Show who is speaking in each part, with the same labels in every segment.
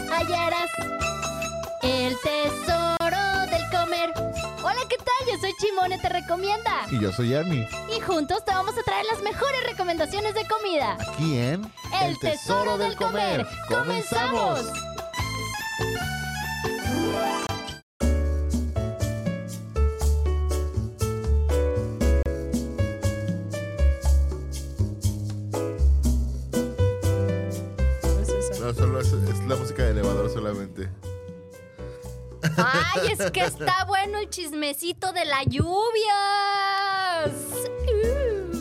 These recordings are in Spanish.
Speaker 1: más. El tesoro del comer. Hola, ¿qué tal? Yo soy Chimone, te recomienda.
Speaker 2: Y yo soy Yami.
Speaker 1: Y juntos te vamos a traer las mejores recomendaciones de comida.
Speaker 2: Aquí en
Speaker 1: El, tesoro, del comer. ¡Comenzamos!
Speaker 3: No es esa.
Speaker 2: No, solo es, es la música de elevador solamente.
Speaker 1: Ay, es que está bueno el chismecito de la lluvia.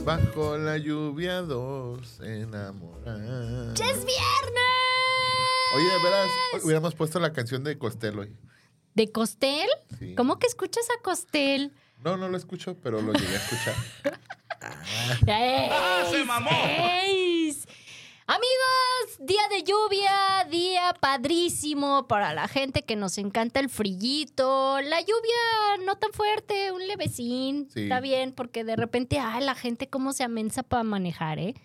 Speaker 2: Bajo la lluvia dos enamorados.
Speaker 1: ¡Ya es viernes!
Speaker 2: Oye, de veras, hubiéramos puesto la canción de Costello. hoy.
Speaker 1: ¿De Costel?
Speaker 2: Sí.
Speaker 1: ¿Cómo que escuchas a Costel?
Speaker 2: No, no lo escucho, pero lo llegué a escuchar.
Speaker 1: ¡Ah,
Speaker 4: se mamó!
Speaker 1: Amigos, día de lluvia, día padrísimo para la gente que nos encanta el frillito. La lluvia no tan fuerte, un levecín.
Speaker 2: Sí.
Speaker 1: Está bien, porque de repente, ay, la gente cómo se amensa para manejar, ¿eh?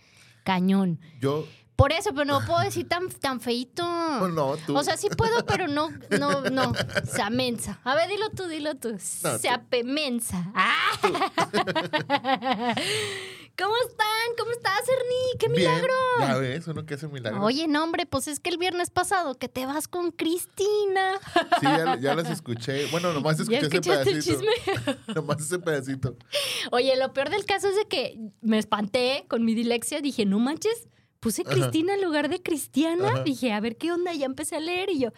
Speaker 1: Cañón.
Speaker 2: Yo,
Speaker 1: Por eso, pero no puedo decir tan, tan feito.
Speaker 2: Pues no, no, tú.
Speaker 1: O sea, sí puedo, pero no, no, no. Se amensa. A ver, dilo tú, dilo tú.
Speaker 2: No,
Speaker 1: se
Speaker 2: tú.
Speaker 1: apemensa. ¡Ah! ¿Cómo están? ¿Cómo estás, Ernie? ¡Qué
Speaker 2: Bien,
Speaker 1: milagro!
Speaker 2: Ya ves, uno que hace milagros.
Speaker 1: Oye, no, hombre, pues es que el viernes pasado que te vas con Cristina.
Speaker 2: Sí, ya, ya las escuché. Bueno, nomás escuché
Speaker 1: ¿Ya
Speaker 2: ese
Speaker 1: escuchaste el
Speaker 2: pedacito.
Speaker 1: chisme?
Speaker 2: Nomás ese pedacito.
Speaker 1: Oye, lo peor del caso es de que me espanté con mi dilexia. Dije, no manches, puse
Speaker 2: Ajá.
Speaker 1: Cristina en lugar de Cristiana.
Speaker 2: Ajá.
Speaker 1: Dije, a ver qué onda. Ya empecé a leer y yo,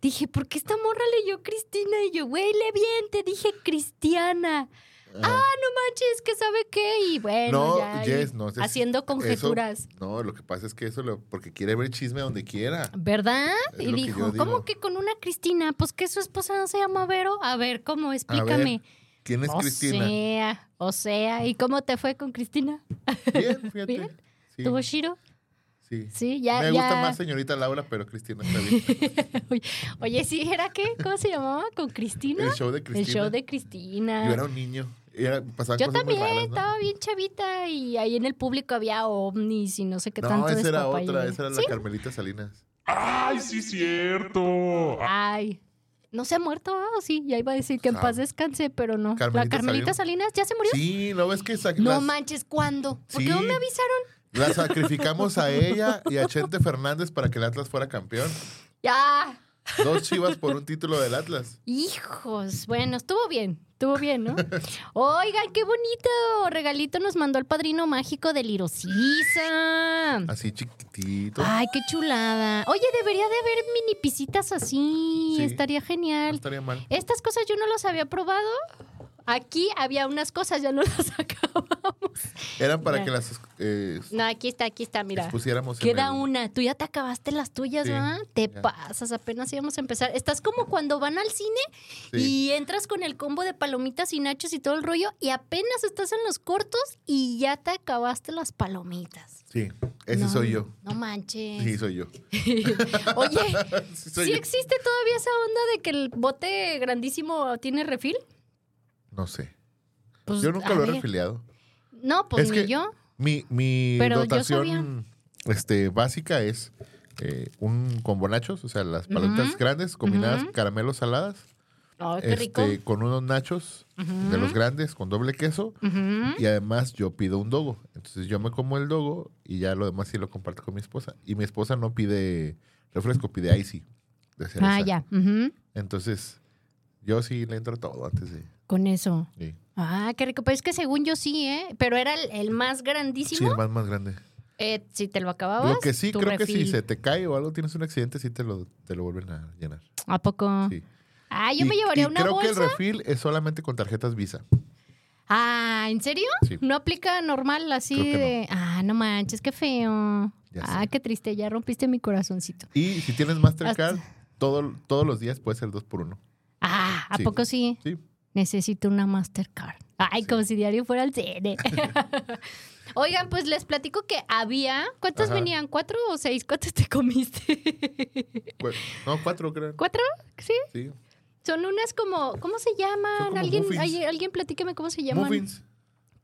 Speaker 1: dije, ¿por qué esta morra leyó Cristina? Y yo, güey, le bien, te dije Cristiana. Ah,
Speaker 2: Ajá.
Speaker 1: Manches, que sabe qué. Y bueno,
Speaker 2: no,
Speaker 1: ya. ahí,
Speaker 2: Jess, no. es-
Speaker 1: haciendo conjeturas.
Speaker 2: eso- no, lo que pasa es que eso, lo- porque quiere ver chisme donde quiera.
Speaker 1: ¿Verdad?
Speaker 2: Es
Speaker 1: Y
Speaker 2: lo que yo
Speaker 1: dijo,
Speaker 2: digo.
Speaker 1: ¿cómo que con una Cristina? Pues que su esposa no se llama Vero. A ver, ¿cómo? Explícame.
Speaker 2: ¿Quién es
Speaker 1: o
Speaker 2: Cristina?
Speaker 1: sea, o sea, ¿y cómo te fue con Cristina?
Speaker 2: Bien, fíjate.
Speaker 1: Bien.
Speaker 2: Sí,
Speaker 1: ¿Tuvo Shiro?
Speaker 2: sí.
Speaker 1: Sí, ya. ya.
Speaker 2: Me gusta más señorita Laura, pero Cristina está bien.
Speaker 1: Oye, sí, ¿era qué? ¿Cómo se llamaba? ¿Con Cristina?
Speaker 2: El show de Cristina.
Speaker 1: El show de
Speaker 2: Yo era
Speaker 1: Cristina.
Speaker 2: un niño. Era, pasaban
Speaker 1: Yo
Speaker 2: cosas
Speaker 1: también
Speaker 2: muy raras, ¿no?
Speaker 1: estaba bien chavita y ahí en el público había ovnis y no sé qué
Speaker 2: no,
Speaker 1: tanto
Speaker 2: esa era
Speaker 1: despapalle.
Speaker 2: otra, esa era la
Speaker 1: ¿Sí?
Speaker 2: Carmelita Salinas.
Speaker 4: ¡Ay, sí, cierto!
Speaker 1: Ay, no se ha muerto, ah? ¿O sí? Ya iba a decir que en
Speaker 2: Ah.
Speaker 1: paz descanse, pero no. ¿La
Speaker 2: Carmelita
Speaker 1: Carmelita Salinas ya se murió?
Speaker 2: Sí, ¿no ves que sac-
Speaker 1: No
Speaker 2: las-
Speaker 1: manches, ¿cuándo? ¿Por
Speaker 2: Sí.
Speaker 1: qué no me avisaron?
Speaker 2: la sacrificamos a ella y a Chente Fernández para que el Atlas fuera campeón?
Speaker 1: Ya.
Speaker 2: Dos chivas por un título del Atlas.
Speaker 1: Hijos, bueno, estuvo bien, estuvo bien, ¿no? Oigan, qué bonito regalito nos mandó el padrino mágico de Lirocisa.
Speaker 2: Así chiquitito.
Speaker 1: Ay, qué chulada. Oye, debería de haber mini pisitas así,
Speaker 2: Sí.
Speaker 1: estaría
Speaker 2: No
Speaker 1: genial.
Speaker 2: estaría mal.
Speaker 1: Estas cosas yo no las había probado. Aquí había unas cosas, ya no las acabamos.
Speaker 2: Eran para
Speaker 1: Ya.
Speaker 2: que las eh,
Speaker 1: No, aquí está, aquí está, mira.
Speaker 2: expusiéramos en
Speaker 1: Queda
Speaker 2: el-
Speaker 1: una. Tú ya te acabaste las tuyas,
Speaker 2: Sí,
Speaker 1: ¿verdad? Te
Speaker 2: ya.
Speaker 1: pasas, apenas íbamos a empezar. Estás como cuando van al cine
Speaker 2: Sí.
Speaker 1: y entras con el combo de palomitas y nachos y todo el rollo y apenas estás en los cortos y ya te acabaste las palomitas.
Speaker 2: Sí, ese
Speaker 1: No,
Speaker 2: soy yo.
Speaker 1: No manches.
Speaker 2: Sí, soy yo.
Speaker 1: Oye,
Speaker 2: Sí, soy
Speaker 1: ¿sí
Speaker 2: yo.
Speaker 1: existe todavía esa onda de que el bote grandísimo tiene refil?
Speaker 2: No sé.
Speaker 1: Pues,
Speaker 2: Yo nunca
Speaker 1: a
Speaker 2: lo he
Speaker 1: ver.
Speaker 2: refiliado.
Speaker 1: No, pues
Speaker 2: Es
Speaker 1: ni
Speaker 2: que-
Speaker 1: yo.
Speaker 2: Mi, mi
Speaker 1: Pero yo
Speaker 2: dotación este, básica es eh, un con bonachos, o sea, las palomitas
Speaker 1: Ujú,
Speaker 2: grandes combinadas
Speaker 1: ujú.
Speaker 2: caramelos saladas,
Speaker 1: Ay, qué rico.
Speaker 2: este, con unos nachos de los
Speaker 1: Ujú,
Speaker 2: grandes con doble queso
Speaker 1: ujú.
Speaker 2: y además yo pido un dogo. Entonces yo me como el dogo y ya lo demás sí lo comparto con mi esposa. Y mi esposa no pide refresco, pide icy. de cereza.
Speaker 1: Ah, ya. ujú,
Speaker 2: Entonces yo sí le entro todo antes de...
Speaker 1: Con eso.
Speaker 2: de-
Speaker 1: Ah, qué rico. Pues es que según yo sí, ¿eh? Pero era el, el más
Speaker 2: Sí,
Speaker 1: grandísimo.
Speaker 2: el más, más grande.
Speaker 1: Eh, si te lo acababas.
Speaker 2: Lo que sí,
Speaker 1: tu
Speaker 2: creo que si
Speaker 1: refil.
Speaker 2: se te cae o algo, tienes un accidente, sí te lo, te lo vuelven a llenar.
Speaker 1: ¿A poco?
Speaker 2: Sí.
Speaker 1: Ah, yo
Speaker 2: Y-
Speaker 1: me llevaría
Speaker 2: y
Speaker 1: una
Speaker 2: creo que
Speaker 1: bolsa.
Speaker 2: el refil es solamente con tarjetas Visa.
Speaker 1: Ah, ¿en serio?
Speaker 2: Sí.
Speaker 1: ¿No aplica normal así
Speaker 2: Creo que no.
Speaker 1: de. Ah, no manches, qué feo.
Speaker 2: Ya
Speaker 1: ah,
Speaker 2: sé.
Speaker 1: qué triste, ya rompiste mi corazoncito.
Speaker 2: Y si tienes Mastercard,
Speaker 1: Hasta-
Speaker 2: todo, todos los días puede ser dos por uno.
Speaker 1: Ah, ¿a
Speaker 2: Sí.
Speaker 1: poco sí?
Speaker 2: Sí.
Speaker 1: Necesito una Mastercard. Ay,
Speaker 2: Sí.
Speaker 1: como si diario fuera al cine. Oigan, pues les platico que había. ¿Cuántos
Speaker 2: Ajá.
Speaker 1: venían? ¿Cuatro o seis? ¿Cuántos te comiste?
Speaker 2: Cu- No, cuatro creo.
Speaker 1: ¿Cuatro? Sí.
Speaker 2: Sí.
Speaker 1: Son unas como. ¿Cómo se llaman?
Speaker 2: Son como
Speaker 1: alguien,
Speaker 2: muffins.
Speaker 1: ay- alguien platíqueme cómo se llaman.
Speaker 2: Muffins.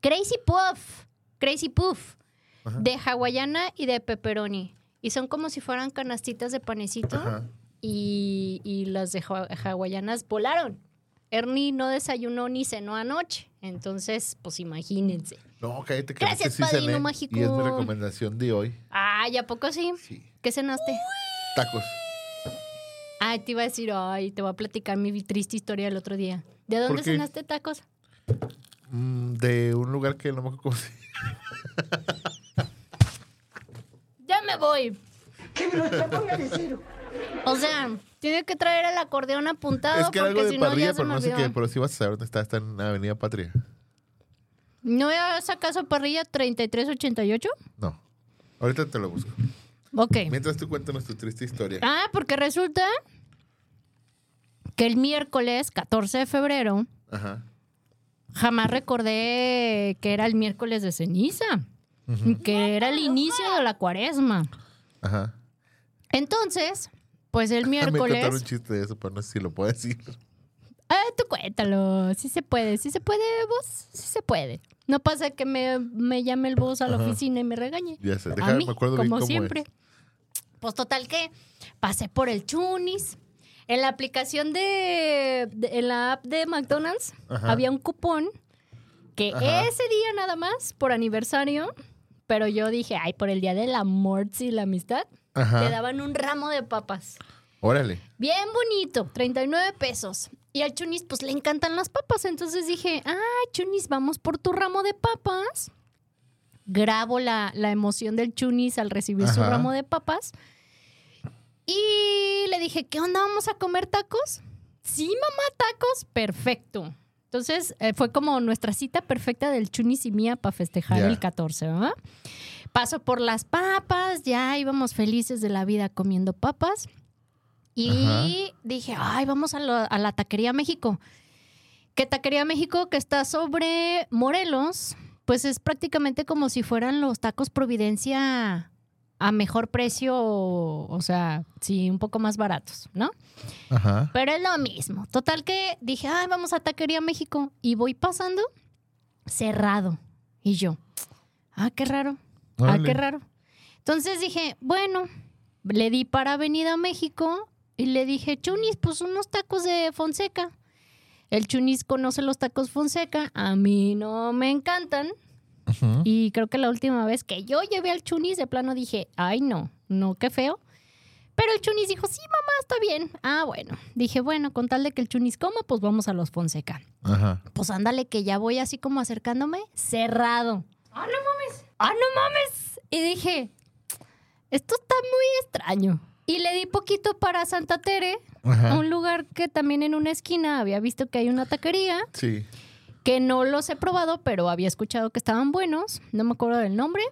Speaker 1: Crazy Puff. Crazy Puff.
Speaker 2: Ajá.
Speaker 1: De hawaiana y de pepperoni. Y son como si fueran canastitas de panecito.
Speaker 2: Ajá.
Speaker 1: y, y las de hawai- hawaianas volaron. Ernie no desayunó ni cenó anoche. Entonces, pues imagínense.
Speaker 2: No, cállate que
Speaker 1: Gracias,
Speaker 2: anoche sí
Speaker 1: padrino
Speaker 2: cené,
Speaker 1: mágico.
Speaker 2: Y es mi recomendación de hoy.
Speaker 1: Ay, ¿a poco sí?
Speaker 2: Sí.
Speaker 1: ¿Qué cenaste?
Speaker 2: Tacos.
Speaker 1: Ay, te iba a decir, ay, te voy a platicar mi triste historia del otro día. ¿De dónde
Speaker 2: ¿Por qué?
Speaker 1: cenaste tacos?
Speaker 2: Mm, de un lugar que no me acuerdo cómo se
Speaker 1: Ya me voy.
Speaker 5: Que me lo ponga de cero.
Speaker 1: O sea, tiene que traer el acordeón apuntado
Speaker 2: Es que era algo
Speaker 1: porque
Speaker 2: de
Speaker 1: si no
Speaker 2: parrilla,
Speaker 1: ya se
Speaker 2: pero
Speaker 1: me
Speaker 2: no sé
Speaker 1: olvidó.
Speaker 2: qué. Pero sí vas a saber dónde está. Está en Avenida Patria.
Speaker 1: ¿No es acaso parrilla 3388?
Speaker 2: No. Ahorita te lo busco.
Speaker 1: Ok.
Speaker 2: Mientras tú cuéntanos tu triste historia.
Speaker 1: Ah, porque resulta que el miércoles 14 de febrero
Speaker 2: Ajá.
Speaker 1: jamás recordé que era el miércoles de ceniza,
Speaker 2: Ujú.
Speaker 1: que era el inicio de la cuaresma.
Speaker 2: Ajá.
Speaker 1: Entonces, pues el
Speaker 2: Ah, Me contaron un
Speaker 1: miércoles...
Speaker 2: chiste de eso, pero no sé si lo puedo decir.
Speaker 1: Ah, tú cuéntalo, si se puede, si se puede vos, si se puede. No pasa que me, me llame el vos a la
Speaker 2: Ajá.
Speaker 1: oficina y me regañe.
Speaker 2: Ya sé.
Speaker 1: a
Speaker 2: Déjame,
Speaker 1: mí,
Speaker 2: me acuerdo bien
Speaker 1: como
Speaker 2: cómo
Speaker 1: siempre.
Speaker 2: es.
Speaker 1: Pues total que pasé por el Chunis. En la aplicación de, de- en la app de McDonald's
Speaker 2: Ajá.
Speaker 1: había un cupón que
Speaker 2: Ajá.
Speaker 1: ese día nada más por aniversario, pero yo dije, ay, por el día del amor y la amistad, te
Speaker 2: Ajá.
Speaker 1: daban un ramo de papas.
Speaker 2: Órale.
Speaker 1: Bien bonito, 39 pesos. Y al Chunis pues le encantan las papas, entonces dije, ah, Chunis, vamos por tu ramo de papas. Grabo la, la emoción del Chunis al recibir su
Speaker 2: Ajá.
Speaker 1: ramo de papas. Y le dije, ¿qué onda? ¿Vamos a comer tacos? Sí, mamá, tacos, perfecto. Entonces eh, fue como nuestra cita perfecta del Chunis y mía para festejar
Speaker 2: Ya.
Speaker 1: el 14, ¿verdad? Paso por las papas, ya íbamos felices de la vida comiendo papas. Y
Speaker 2: Ajá.
Speaker 1: dije, ay, vamos a, lo- a la Taquería México. Que Taquería México, que está sobre Morelos, pues es prácticamente como si fueran los tacos Providencia a mejor precio, o sea, sí, un poco más baratos, ¿no?
Speaker 2: Ajá.
Speaker 1: Pero es lo mismo. Total que dije, ay, vamos a Taquería México. Y voy pasando cerrado. Y yo, ah, qué raro. Ah,
Speaker 2: Órale.
Speaker 1: qué raro. Entonces dije, bueno, le di para Avenida México y le dije, Chunis, pues unos tacos de Fonseca. El Chunis conoce los tacos Fonseca, a mí no me encantan.
Speaker 2: Ujú.
Speaker 1: Y creo que la última vez que yo llevé al Chunis, de plano dije, ay no, no, qué feo. Pero el Chunis dijo, sí, mamá, está bien. Ah, bueno. Dije, bueno, con tal de que el Chunis coma, pues vamos a los Fonseca.
Speaker 2: Ajá.
Speaker 1: Pues ándale, que ya voy así como acercándome, cerrado. ¡Ah, no mames! ¡Ah, no mames! Y dije, esto está muy extraño. Y le di poquito para Santa Tere, a
Speaker 2: Ajá.
Speaker 1: un lugar que también en una esquina había visto que hay una taquería,
Speaker 2: Sí.
Speaker 1: que no los he probado, pero había escuchado que estaban buenos, no me acuerdo del nombre.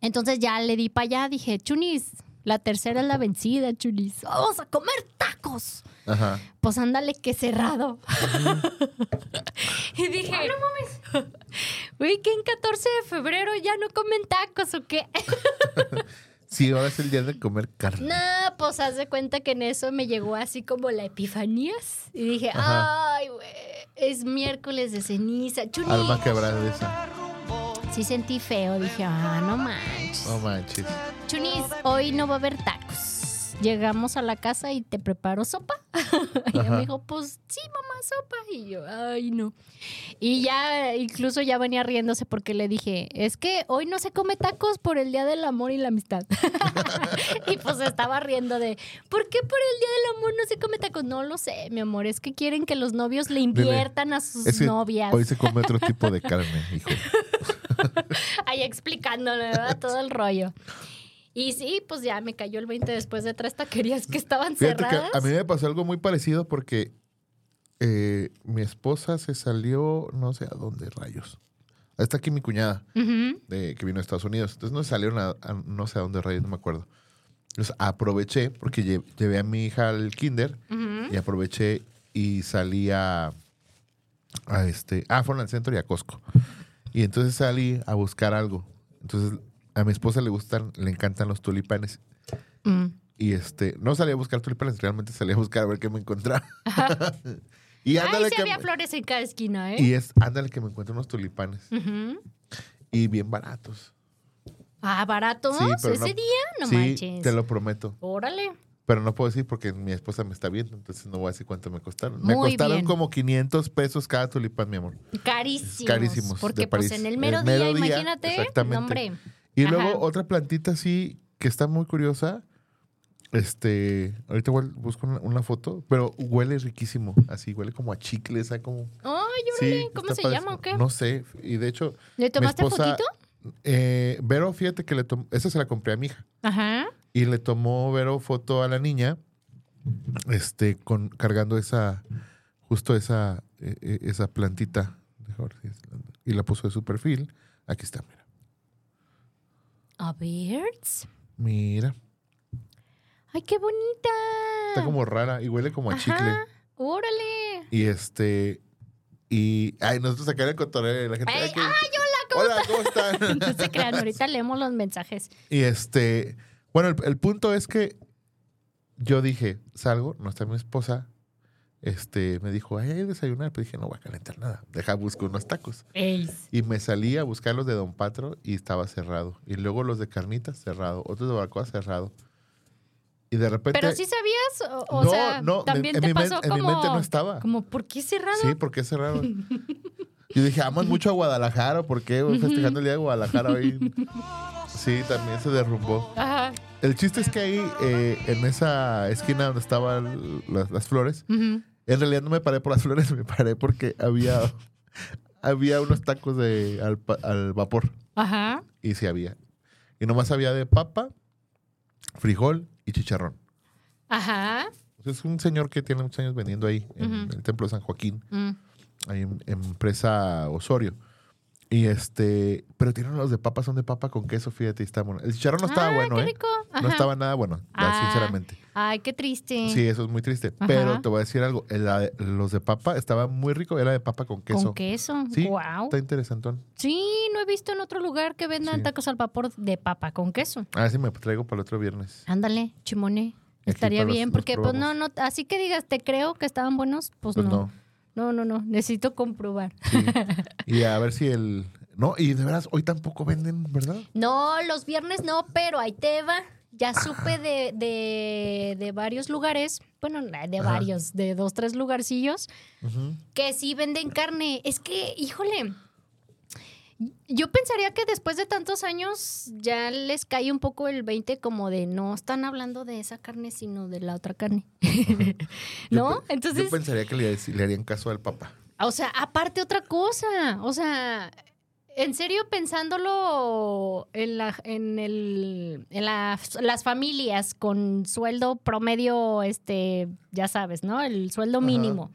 Speaker 1: Entonces ya le di para allá, dije, Chunis, la tercera es la vencida, Chunis, vamos a comer tacos
Speaker 2: Ajá.
Speaker 1: pues ándale que cerrado. y dije, no mames. Uy, que en 14 de febrero ya no comen tacos o qué.
Speaker 2: Sí, ahora es el día de comer carne.
Speaker 1: no, pues haz de cuenta que en eso me llegó así como la epifanías. Y dije,
Speaker 2: Ajá.
Speaker 1: ay, güey, es miércoles de ceniza. Chuni.
Speaker 2: Alma quebrada de esa.
Speaker 1: Sí sentí feo, dije, ah, no manches.
Speaker 2: No manches.
Speaker 1: Chunis, hoy no va a haber tacos. Llegamos a la casa y te preparo sopa. y ella
Speaker 2: Ajá.
Speaker 1: me dijo, pues sí, mamá, sopa. Y yo, ay, no. Y ya, eh, incluso ya venía riéndose porque le dije, es que hoy no se come tacos por el Día del Amor y la Amistad. y pues estaba riendo de, ¿por qué por el Día del Amor no se come tacos? No lo sé, mi amor, es que quieren que los novios le inviertan a sus
Speaker 2: Es que
Speaker 1: novias.
Speaker 2: Hoy se come otro tipo de carne, hijo.
Speaker 1: ahí explicándole ¿verdad? todo el rollo. Y sí, pues ya me cayó el 20 después de tres taquerías que estaban
Speaker 2: Fíjate que
Speaker 1: cerradas.
Speaker 2: a mí me pasó algo muy parecido porque eh, mi esposa se salió, no sé a dónde, rayos. Ahí Está aquí mi cuñada,
Speaker 1: Ujú.
Speaker 2: de- que vino de Estados Unidos. Entonces no salieron a, a no sé a dónde, rayos, no me acuerdo. Entonces aproveché, porque lle- llevé a mi hija al kinder, y aproveché y salí a, a este. Ah, fueron al centro y a Costco. Y entonces salí a buscar algo. Entonces a mi esposa le gustan, le encantan los tulipanes.
Speaker 1: Mm.
Speaker 2: Y este, no salí a buscar tulipanes, realmente salí a buscar a ver qué me encontraba. y
Speaker 1: Ahí
Speaker 2: ándale
Speaker 1: sí
Speaker 2: que
Speaker 1: había
Speaker 2: me-
Speaker 1: flores Mm. en cada esquina, ¿eh?
Speaker 2: y es ándale que me encuentro unos tulipanes
Speaker 1: Ujú.
Speaker 2: y bien baratos.
Speaker 1: Ah, baratos.
Speaker 2: Sí, pero
Speaker 1: Ese
Speaker 2: no-
Speaker 1: día, no
Speaker 2: sí,
Speaker 1: manches.
Speaker 2: te lo prometo.
Speaker 1: Órale.
Speaker 2: Pero no puedo decir porque mi esposa me está viendo, entonces no voy a decir cuánto me costaron. Me
Speaker 1: Muy
Speaker 2: costaron
Speaker 1: bien.
Speaker 2: como 500 pesos cada tulipán, mi amor.
Speaker 1: Carísimos.
Speaker 2: Carísimos, de
Speaker 1: Porque
Speaker 2: París.
Speaker 1: pues en el
Speaker 2: El
Speaker 1: mero,
Speaker 2: mero
Speaker 1: día,
Speaker 2: día,
Speaker 1: imagínate.
Speaker 2: exactamente.
Speaker 1: no, hombre.
Speaker 2: Y
Speaker 1: Ajá.
Speaker 2: luego otra plantita así que está muy curiosa. Este, ahorita igual busco una, una foto, pero huele riquísimo, así huele como a chicle, ¿sabes? Como,
Speaker 1: Ay,
Speaker 2: sí,
Speaker 1: órale, ¿cómo
Speaker 2: está
Speaker 1: se
Speaker 2: padrísimo.
Speaker 1: llama o qué?
Speaker 2: No sé, y de hecho,
Speaker 1: ¿Le tomaste
Speaker 2: esposa-
Speaker 1: fotito?
Speaker 2: eh, Vero, fíjate que le tomó, esa se la compré a mi hija,
Speaker 1: Ajá.
Speaker 2: y le tomó Vero foto a la niña, este, con, cargando esa, justo esa, eh, eh, esa plantita, Deja ver si es- y la puso de su perfil, aquí está, mira,
Speaker 1: A ver.
Speaker 2: mira,
Speaker 1: Ay, qué bonita.
Speaker 2: está como rara y huele como a
Speaker 1: Ajá.
Speaker 2: chicle.
Speaker 1: Órale.
Speaker 2: Y este. Y. Ay, nosotros acá en el cotorreo. y La gente.
Speaker 1: Ey,
Speaker 2: ay, que-
Speaker 1: ay,
Speaker 2: hola, ¿cómo están?
Speaker 1: No se crean, ahorita leemos los mensajes.
Speaker 2: y este. Bueno, el, el punto es que yo dije, salgo, no está mi esposa. Este, me dijo, ay, hay desayunar. Pero dije, no voy a calentar nada. Deja, busco unos tacos. Y me salí a buscar los de Don Patro y estaba cerrado. Y luego los de carnitas, cerrado. Otros de barbacoa, cerrado. Y de repente.
Speaker 1: Pero sí sabías, o, o
Speaker 2: no,
Speaker 1: sea,
Speaker 2: no, me-
Speaker 1: también
Speaker 2: en,
Speaker 1: te
Speaker 2: mi men-
Speaker 1: pasó
Speaker 2: en mi
Speaker 1: como,
Speaker 2: mente no estaba.
Speaker 1: como, ¿por qué cerrado?
Speaker 2: Sí, porque cerraron. Yo dije, aman mucho a Guadalajara, ¿por qué? Festejando el día de Guadalajara hoy. Sí, también se derrumbó.
Speaker 1: Ajá.
Speaker 2: El chiste es que ahí, eh, en esa esquina donde estaban las, las flores,
Speaker 1: Ujú.
Speaker 2: en realidad no me paré por las flores, me paré porque había, había unos tacos de, al, pa- al vapor.
Speaker 1: Ajá.
Speaker 2: Y sí había. Y nomás había de papa, frijol y chicharrón.
Speaker 1: Ajá.
Speaker 2: Es un señor que tiene muchos años vendiendo ahí, en
Speaker 1: Ujú.
Speaker 2: el Templo de San Joaquín.
Speaker 1: Mm.
Speaker 2: ahí en, en Presa Osorio. Y este, pero tienen los de papa, son de papa con queso, fíjate, y está bueno. El chicharrón no estaba
Speaker 1: Ah,
Speaker 2: bueno,
Speaker 1: qué
Speaker 2: ¿eh?
Speaker 1: rico.
Speaker 2: No
Speaker 1: Ajá.
Speaker 2: estaba nada bueno, la-
Speaker 1: Ah.
Speaker 2: sinceramente.
Speaker 1: Ay, qué triste.
Speaker 2: Sí, eso es muy triste.
Speaker 1: Ajá.
Speaker 2: Pero te voy a decir algo, el- la de- los de papa estaba muy rico, era de papa con queso.
Speaker 1: Con queso.
Speaker 2: Sí,
Speaker 1: Wow.
Speaker 2: está interesantón.
Speaker 1: Sí, no he visto en otro lugar que vendan
Speaker 2: Sí.
Speaker 1: tacos al vapor de papa con queso.
Speaker 2: A ver si me traigo para el otro viernes.
Speaker 1: Ándale, chimone.
Speaker 2: Aquí
Speaker 1: Estaría
Speaker 2: para Este, los-
Speaker 1: bien,
Speaker 2: los
Speaker 1: porque pues no,
Speaker 2: probamos.
Speaker 1: no, así que digas, te creo que estaban buenos, pues,
Speaker 2: Pues
Speaker 1: no.
Speaker 2: no.
Speaker 1: no. No, no, necesito comprobar.
Speaker 2: sí. y a ver si el... No, y de veras, hoy tampoco venden, ¿verdad?
Speaker 1: No, los viernes no, pero ahí te va. Ya supe de, de, de varios lugares, bueno, na- de
Speaker 2: Ajá.
Speaker 1: varios, de dos, tres lugarcillos,
Speaker 2: Ujú.
Speaker 1: que sí venden carne. Es que, híjole, yo pensaría que después de tantos años ya les cae un poco el 20 como de no están hablando de esa carne, sino de la otra carne.
Speaker 2: Yo
Speaker 1: ¿No?
Speaker 2: pe-
Speaker 1: Entonces,
Speaker 2: Yo pensaría que le, le harían caso al papa.
Speaker 1: o sea, aparte otra cosa, o sea, en serio pensándolo en, la- en, el, en la- las familias con sueldo promedio, este, ya sabes, ¿no? El sueldo
Speaker 2: Ajá.
Speaker 1: mínimo.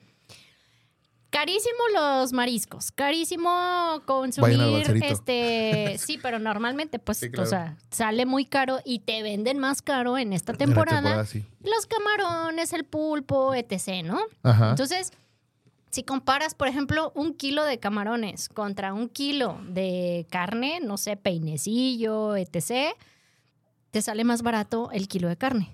Speaker 1: Carísimo los mariscos, carísimo
Speaker 2: Vayan al
Speaker 1: consumir,
Speaker 2: balserito.
Speaker 1: este, sí, pero normalmente, pues,
Speaker 2: Sí, claro.
Speaker 1: o sea, sale muy caro y te venden más caro en esta
Speaker 2: En la
Speaker 1: temporada.
Speaker 2: temporada, sí.
Speaker 1: Los camarones, el pulpo, etc., ¿no?
Speaker 2: Ajá.
Speaker 1: Entonces, si comparas, por ejemplo, un kilo de camarones contra un kilo de carne, no sé, peinecillo, etc., te sale más barato el kilo de carne.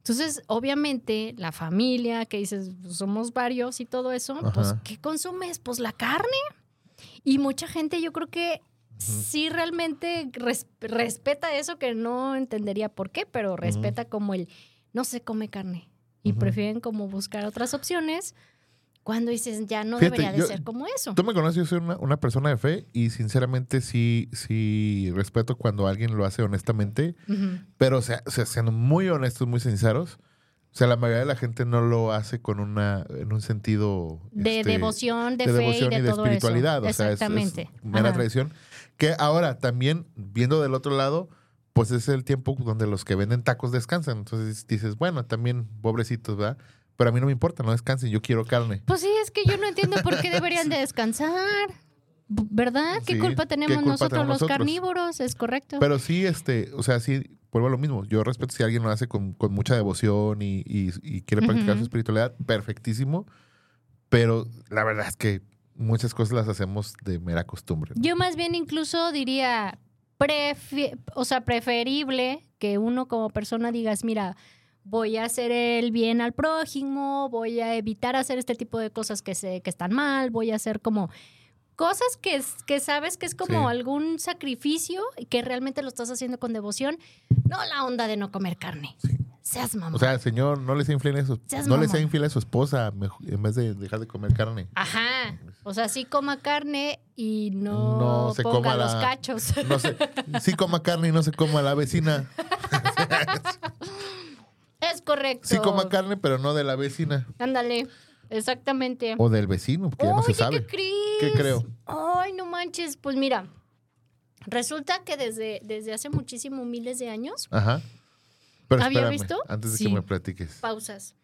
Speaker 1: Entonces, obviamente, la familia que dices, pues, somos varios y todo eso, pues,
Speaker 2: Ajá.
Speaker 1: ¿qué consumes? Pues la carne. Y mucha gente, yo creo que sí realmente res- respeta eso, que no entendería por qué, pero respeta como el no se come carne. Y
Speaker 2: Ujú.
Speaker 1: prefieren como buscar otras opciones cuando dices ya no
Speaker 2: Fíjate,
Speaker 1: debería de
Speaker 2: yo-
Speaker 1: ser como eso.
Speaker 2: Tú me conoces, yo soy una, una persona de fe y sinceramente sí, sí respeto cuando alguien lo hace honestamente,
Speaker 1: Ujú.
Speaker 2: pero o sea, o sea, siendo muy honestos, muy sinceros, o sea, la mayoría de la gente no lo hace con una, en un sentido...
Speaker 1: De
Speaker 2: este,
Speaker 1: devoción, de,
Speaker 2: de
Speaker 1: fe
Speaker 2: devoción
Speaker 1: y de,
Speaker 2: y de
Speaker 1: todo
Speaker 2: espiritualidad,
Speaker 1: eso.
Speaker 2: o sea, es- es,
Speaker 1: Exactamente.
Speaker 2: mera
Speaker 1: Ajá.
Speaker 2: tradición. Que ahora también, viendo del otro lado, pues es el tiempo donde los que venden tacos descansan, entonces dices, bueno, también pobrecitos, ¿verdad? Pero a mí no me importa, no descansen, yo quiero carne.
Speaker 1: Pues sí, es que yo no entiendo por qué deberían de descansar. B- ¿Verdad? ¿Qué
Speaker 2: Sí,
Speaker 1: culpa
Speaker 2: ¿qué
Speaker 1: tenemos
Speaker 2: culpa
Speaker 1: nosotros
Speaker 2: tenemos
Speaker 1: los
Speaker 2: nosotros?
Speaker 1: carnívoros? Es correcto.
Speaker 2: Pero sí, este, o sea, sí, vuelvo a lo mismo. Yo respeto si alguien lo hace con, con mucha devoción y, y- y quiere practicar
Speaker 1: Ujú.
Speaker 2: su espiritualidad, perfectísimo. Pero la verdad es que muchas cosas las hacemos de mera costumbre. ¿no?
Speaker 1: Yo más bien incluso diría, prefi- o sea, preferible que uno como persona digas, mira, voy a hacer el bien al prójimo, voy a evitar hacer este tipo de cosas que, sé, que están mal, voy a hacer como cosas que, es- que sabes que es como
Speaker 2: Sí.
Speaker 1: algún sacrificio y que realmente lo estás haciendo con devoción, no la onda de no comer carne. Seas mamón.
Speaker 2: O sea, señor, no le sea infiel a su,
Speaker 1: Seas
Speaker 2: no le sea
Speaker 1: mamón. Ah.
Speaker 2: infiel a su esposa mej- en vez de dejar de comer carne.
Speaker 1: Ajá. O sea, sí coma carne y no,
Speaker 2: No se
Speaker 1: ponga
Speaker 2: coma
Speaker 1: los
Speaker 2: la-
Speaker 1: cachos.
Speaker 2: No sé, sí coma carne y no se coma a la vecina.
Speaker 1: es correcto.
Speaker 2: Sí coma carne, pero no de la vecina.
Speaker 1: Ándale. Exactamente.
Speaker 2: O del vecino, porque ya no se
Speaker 1: Oye,
Speaker 2: sabe.
Speaker 1: ¿qué crees?
Speaker 2: ¿Qué creo?
Speaker 1: Ay, no manches. Pues mira, resulta que desde, desde hace muchísimos miles de años,
Speaker 2: Ajá. Pero
Speaker 1: ¿Había
Speaker 2: espérame,
Speaker 1: visto?
Speaker 2: antes de
Speaker 1: Sí.
Speaker 2: que me platiques.
Speaker 1: pausas.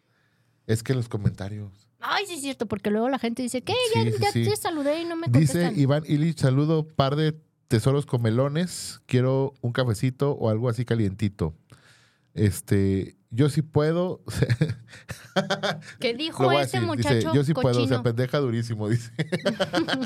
Speaker 2: Es que los comentarios.
Speaker 1: Ay, sí es cierto, porque luego la gente dice, ¿qué? Ya,
Speaker 2: Sí, sí,
Speaker 1: ya
Speaker 2: sí.
Speaker 1: te saludé y no me
Speaker 2: Dice
Speaker 1: contestan.
Speaker 2: Iván Illich, saludo, par de tesoros comelones. Quiero un cafecito o algo así calientito. Este, yo sí puedo.
Speaker 1: ¿Qué
Speaker 2: lo
Speaker 1: dijo
Speaker 2: voy a
Speaker 1: este
Speaker 2: decir,
Speaker 1: muchacho
Speaker 2: Dice, yo sí
Speaker 1: cochino?
Speaker 2: puedo, o sea, pendeja durísimo, dice.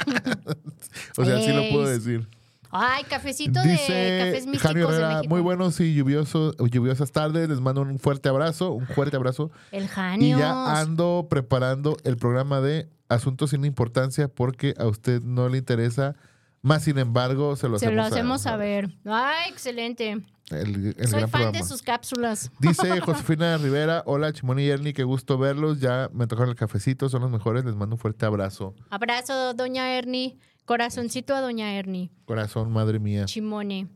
Speaker 2: o sea, sí lo puedo
Speaker 1: Ey,
Speaker 2: decir.
Speaker 1: Ay, cafecito de
Speaker 2: Dice
Speaker 1: cafés místicos
Speaker 2: Jani
Speaker 1: de
Speaker 2: Herrera,
Speaker 1: México.
Speaker 2: muy buenos y lluvioso, lluviosas tardes. Les mando un fuerte abrazo, un fuerte abrazo.
Speaker 1: El
Speaker 2: Y
Speaker 1: Janios.
Speaker 2: ya ah, ando preparando el programa de Asuntos sin importancia porque a usted no le interesa. Más sin embargo, se lo
Speaker 1: Se lo
Speaker 2: hacemos,
Speaker 1: hacemos saber. Ay, excelente.
Speaker 2: El, el
Speaker 1: Soy
Speaker 2: gran
Speaker 1: fan
Speaker 2: programa.
Speaker 1: de sus cápsulas.
Speaker 2: Dice Josefina Rivera, hola Chimón y Ernie, qué gusto verlos. Ya me tocaron el cafecito, son los mejores. Les mando un fuerte abrazo.
Speaker 1: Abrazo, doña Ernie. Corazoncito a doña Ernie.
Speaker 2: Corazón, madre mía.
Speaker 1: Chimone.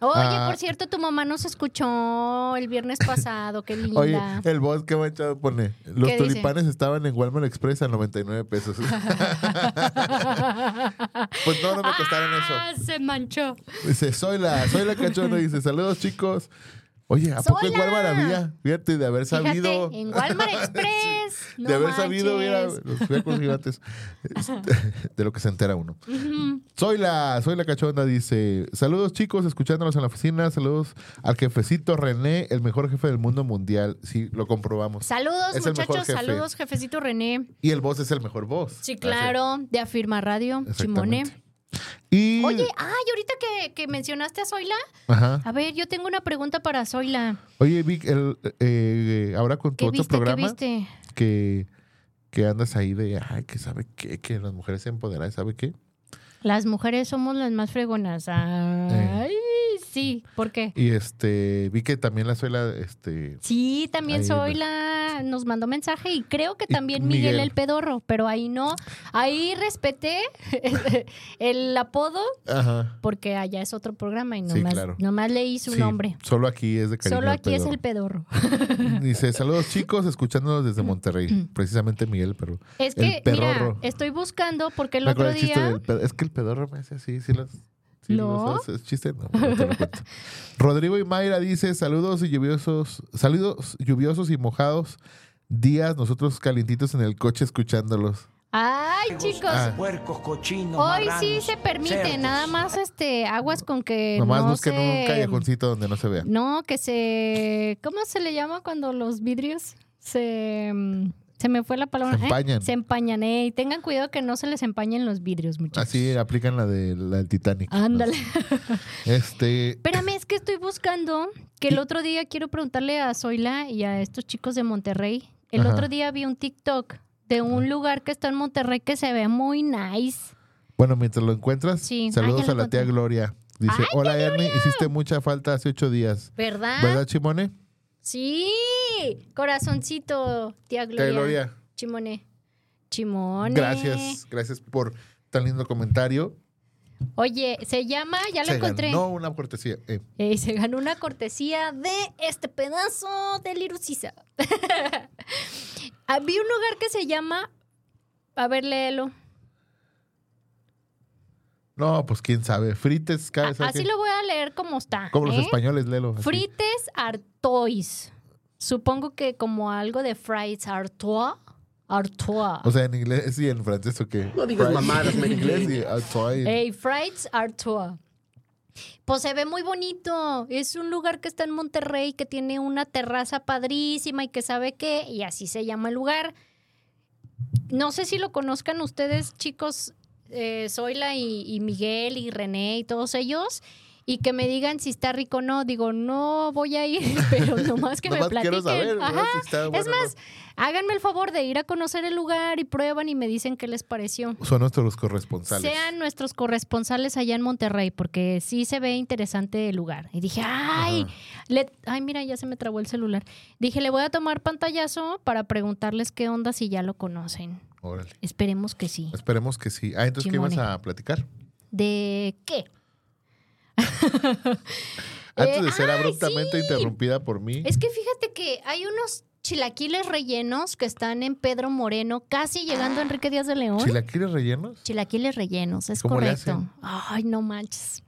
Speaker 1: Oye,
Speaker 2: Ah.
Speaker 1: por cierto, tu mamá nos escuchó el viernes pasado. Qué linda.
Speaker 2: Oye, el boss que me ha echado pone, los
Speaker 1: dice?
Speaker 2: tulipanes estaban en Walmart Express a 99 pesos. pues no, no me costaron
Speaker 1: Ah,
Speaker 2: eso.
Speaker 1: se manchó.
Speaker 2: Dice, soy la, soy la cachona. Dice, saludos chicos. Oye, ¿a poco en
Speaker 1: ¡Sola!
Speaker 2: Walmart había? Fíjate, de haber
Speaker 1: Fíjate,
Speaker 2: sabido.
Speaker 1: en Walmart Express. No
Speaker 2: de haber sabido,
Speaker 1: manches.
Speaker 2: mira, los flecos gigantes. Este, de lo que se entera uno.
Speaker 1: Ujú.
Speaker 2: Soy la, soy la cachonda, dice. Saludos chicos, escuchándonos en la oficina. Saludos al jefecito René, el mejor jefe del mundo mundial. Sí, lo comprobamos.
Speaker 1: Saludos,
Speaker 2: Es el mejor
Speaker 1: muchachos.
Speaker 2: jefe.
Speaker 1: Saludos, jefecito René.
Speaker 2: Y el voz es el mejor voz.
Speaker 1: Sí, claro, de Afirma Radio,
Speaker 2: Así,
Speaker 1: Chimone.
Speaker 2: exactamente. Y,
Speaker 1: Oye, ay, ahorita que, que mencionaste a Zoila,
Speaker 2: ajá.
Speaker 1: a ver, yo tengo una pregunta para Zoila.
Speaker 2: Oye, Vic, el, eh, eh, ahora con tu
Speaker 1: ¿Qué
Speaker 2: otro
Speaker 1: viste? ¿Qué
Speaker 2: programa
Speaker 1: viste?
Speaker 2: que, que andas ahí de, ay, que sabe qué, que las mujeres se empoderan, ¿sabe qué?
Speaker 1: Las mujeres somos las más fregonas. Ay, sí, ¿por qué?
Speaker 2: Y este, vi que también la suela, este,
Speaker 1: Sí, también
Speaker 2: Ahí, pues.
Speaker 1: Zoila nos mandó mensaje y creo que
Speaker 2: Y
Speaker 1: también Miguel,
Speaker 2: Miguel.
Speaker 1: el Pedorro, pero ahí no. Ahí respeté el apodo
Speaker 2: ajá.
Speaker 1: porque allá es otro programa y
Speaker 2: Sí,
Speaker 1: nomás,
Speaker 2: claro.
Speaker 1: nomás leí su
Speaker 2: Sí,
Speaker 1: nombre.
Speaker 2: Solo aquí es de cariño.
Speaker 1: Solo
Speaker 2: al
Speaker 1: aquí es
Speaker 2: pedorro.
Speaker 1: el Pedorro.
Speaker 2: Dice, saludos chicos, escuchándonos
Speaker 1: Mm.
Speaker 2: desde Monterrey. Precisamente Miguel Perro.
Speaker 1: Es
Speaker 2: El
Speaker 1: que, mira,
Speaker 2: Pedorro.
Speaker 1: estoy buscando porque el
Speaker 2: Me acuerdo
Speaker 1: otro
Speaker 2: el chiste
Speaker 1: día...
Speaker 2: del pedo- Es que el pedorro me hace así, sí los... sí
Speaker 1: No.
Speaker 2: los hace, es chiste, no, no te lo cuento. Rodrigo y Mayra dice, saludos y lluviosos, saludos lluviosos y mojados días, nosotros calientitos en el coche escuchándolos.
Speaker 1: Ay, chicos.
Speaker 2: Ah.
Speaker 6: Puercos, cochinos,
Speaker 1: Hoy sí
Speaker 6: marranos,
Speaker 1: se permite,
Speaker 6: cerdos.
Speaker 1: nada más este aguas con que
Speaker 2: Nomás
Speaker 1: no
Speaker 2: busquen
Speaker 1: se-
Speaker 2: un callejoncito donde no se vea.
Speaker 1: No, que se ¿cómo se le llama cuando los vidrios se mm, se me fue la palabra?
Speaker 2: Se
Speaker 1: ¿eh?
Speaker 2: empañan.
Speaker 1: Se empañan, eh, y tengan cuidado que no se les empañen los vidrios, muchachos.
Speaker 2: Así aplican la, de, la del Titanic.
Speaker 1: Ándale.
Speaker 2: Este,
Speaker 1: Espérame, es que estoy buscando que el otro día quiero preguntarle a Zoila y a estos chicos de Monterrey. El
Speaker 2: Ajá.
Speaker 1: otro día vi un TikTok de un lugar que está en Monterrey que se ve muy nice.
Speaker 2: bueno, mientras lo encuentras,
Speaker 1: Sí. Ah,
Speaker 2: saludos
Speaker 1: ya lo
Speaker 2: a la tía
Speaker 1: encontré.
Speaker 2: Gloria. Dice,
Speaker 1: Ay, Ah.
Speaker 2: hola Ernie, hiciste mucha falta hace ocho días.
Speaker 1: ¿Verdad?
Speaker 2: ¿Verdad, Chimone?
Speaker 1: Sí, corazoncito, tía Gloria.
Speaker 2: Tía Gloria.
Speaker 1: Chimone. Chimone.
Speaker 2: Gracias, gracias por tan lindo comentario.
Speaker 1: Oye, se llama, ya lo
Speaker 2: Se
Speaker 1: encontré.
Speaker 2: ganó una cortesía. Eh,
Speaker 1: Eh, se ganó una cortesía de este pedazo de Lirucisa. Había un lugar que se llama. A ver, léelo.
Speaker 2: no, pues quién sabe. Frites,
Speaker 1: A-
Speaker 2: ¿sabes
Speaker 1: así
Speaker 2: qué?
Speaker 1: lo voy a leer como está.
Speaker 2: Como los
Speaker 1: ¿eh?
Speaker 2: españoles, Lelo. así.
Speaker 1: Frites Artois. Supongo que como algo de fries Artois. Artois.
Speaker 2: O sea, en inglés y en francés, ¿o qué?
Speaker 6: No digas
Speaker 2: Fries
Speaker 6: mamadas,
Speaker 2: En
Speaker 6: me
Speaker 2: inglés y ah, soy-
Speaker 1: Hey, Frights Artois. Pues se ve muy bonito. Es un lugar que está en Monterrey, que tiene una terraza padrísima y que sabe qué, y así se llama el lugar. No sé si lo conozcan ustedes, chicos, eh, Zoila y, y Miguel y René y todos ellos. y que me digan si está rico o no. Digo, no voy a ir, pero pues, nomás que me
Speaker 2: Nomás quiero
Speaker 1: platiquen.
Speaker 2: saber, ¿no?
Speaker 1: Ajá.
Speaker 2: Si está bueno o
Speaker 1: es
Speaker 2: no.
Speaker 1: más, háganme el favor de ir a conocer el lugar y prueban y me dicen qué les pareció.
Speaker 2: Son nuestros corresponsales.
Speaker 1: Sean nuestros corresponsales allá en Monterrey, porque sí se ve interesante el lugar. Y dije, ay,
Speaker 2: Ajá.
Speaker 1: le- ay, mira, ya se me trabó el celular. Dije, le voy a tomar pantallazo para preguntarles qué onda si ya lo conocen.
Speaker 2: Órale.
Speaker 1: Esperemos que sí.
Speaker 2: Esperemos que sí. Ah, entonces, ¿qué
Speaker 1: Chimone.
Speaker 2: ibas a platicar?
Speaker 1: ¿De qué?
Speaker 2: Antes
Speaker 1: Eh,
Speaker 2: de ser
Speaker 1: ay,
Speaker 2: abruptamente interrumpida por mí.
Speaker 1: Es que fíjate que hay unos chilaquiles rellenos que están en Pedro Moreno, casi llegando a Enrique Díaz de León.
Speaker 2: ¿Chilaquiles rellenos?
Speaker 1: Chilaquiles rellenos, es
Speaker 2: ¿Cómo le
Speaker 1: correcto.
Speaker 2: hacen?
Speaker 1: Ay, no manches.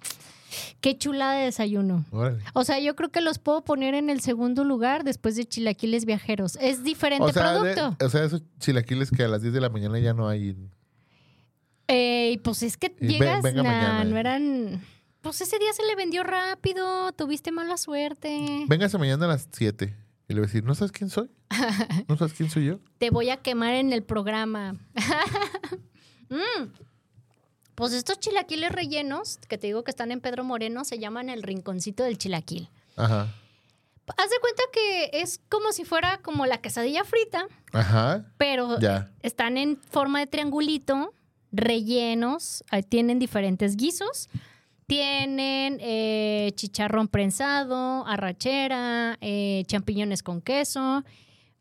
Speaker 1: Qué chula de desayuno.
Speaker 2: Órale.
Speaker 1: O sea, yo creo que los puedo poner en el segundo lugar después de chilaquiles viajeros. Es diferente
Speaker 2: O sea, de-
Speaker 1: producto.
Speaker 2: o sea, esos chilaquiles que a las 10 de la mañana ya no hay.
Speaker 1: Ey, pues es que
Speaker 2: Y ve-
Speaker 1: llegas,
Speaker 2: venga
Speaker 1: nah,
Speaker 2: mañana.
Speaker 1: no eran. Pues ese día se le vendió rápido, tuviste mala suerte.
Speaker 2: Véngase mañana a las 7. Y le voy a decir, ¿no sabes quién soy? ¿No sabes quién soy yo?
Speaker 1: Te voy a quemar en el programa. Mm. Pues estos chilaquiles rellenos, que te digo que están en Pedro Moreno, se llaman el rinconcito del chilaquil.
Speaker 2: Ajá.
Speaker 1: Haz de cuenta que es como si fuera como la quesadilla frita,
Speaker 2: Ajá.
Speaker 1: pero
Speaker 2: Ya.
Speaker 1: están en forma de triangulito, rellenos, ahí tienen diferentes guisos. Tienen eh, chicharrón prensado, arrachera, eh, champiñones con queso,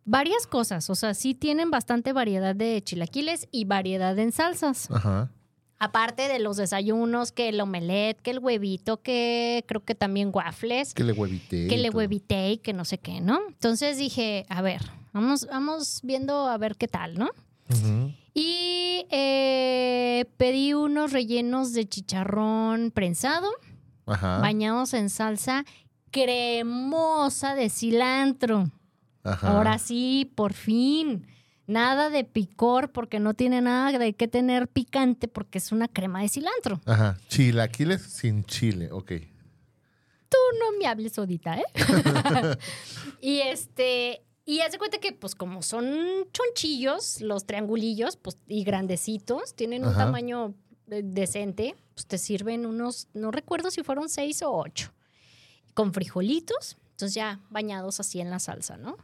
Speaker 1: varias cosas. O sea, sí tienen bastante variedad de chilaquiles y variedad en salsas.
Speaker 2: Ajá.
Speaker 1: Aparte de los desayunos, que el omelette, que el huevito, que creo que también waffles
Speaker 2: Que le huevite.
Speaker 1: que le huevité y que no sé qué, ¿no? Entonces dije, a ver, vamos, vamos viendo a ver qué tal, ¿no? Y eh, pedí unos rellenos de chicharrón prensado,
Speaker 2: Ajá.
Speaker 1: bañados en salsa cremosa de cilantro.
Speaker 2: Ajá.
Speaker 1: Ahora sí, por fin. Nada de picor porque no tiene nada de qué tener picante porque es una crema de cilantro.
Speaker 2: Ajá. Chilaquiles sin chile. Ok.
Speaker 1: no me hables odita, ¿eh? y este, y haz de cuenta que, pues, como son chonchillos, los triangulillos, pues, y grandecitos, tienen un
Speaker 2: Ajá.
Speaker 1: tamaño eh, decente, pues te sirven unos, no recuerdo si fueron seis o ocho, con frijolitos, entonces ya bañados así en la salsa, ¿no?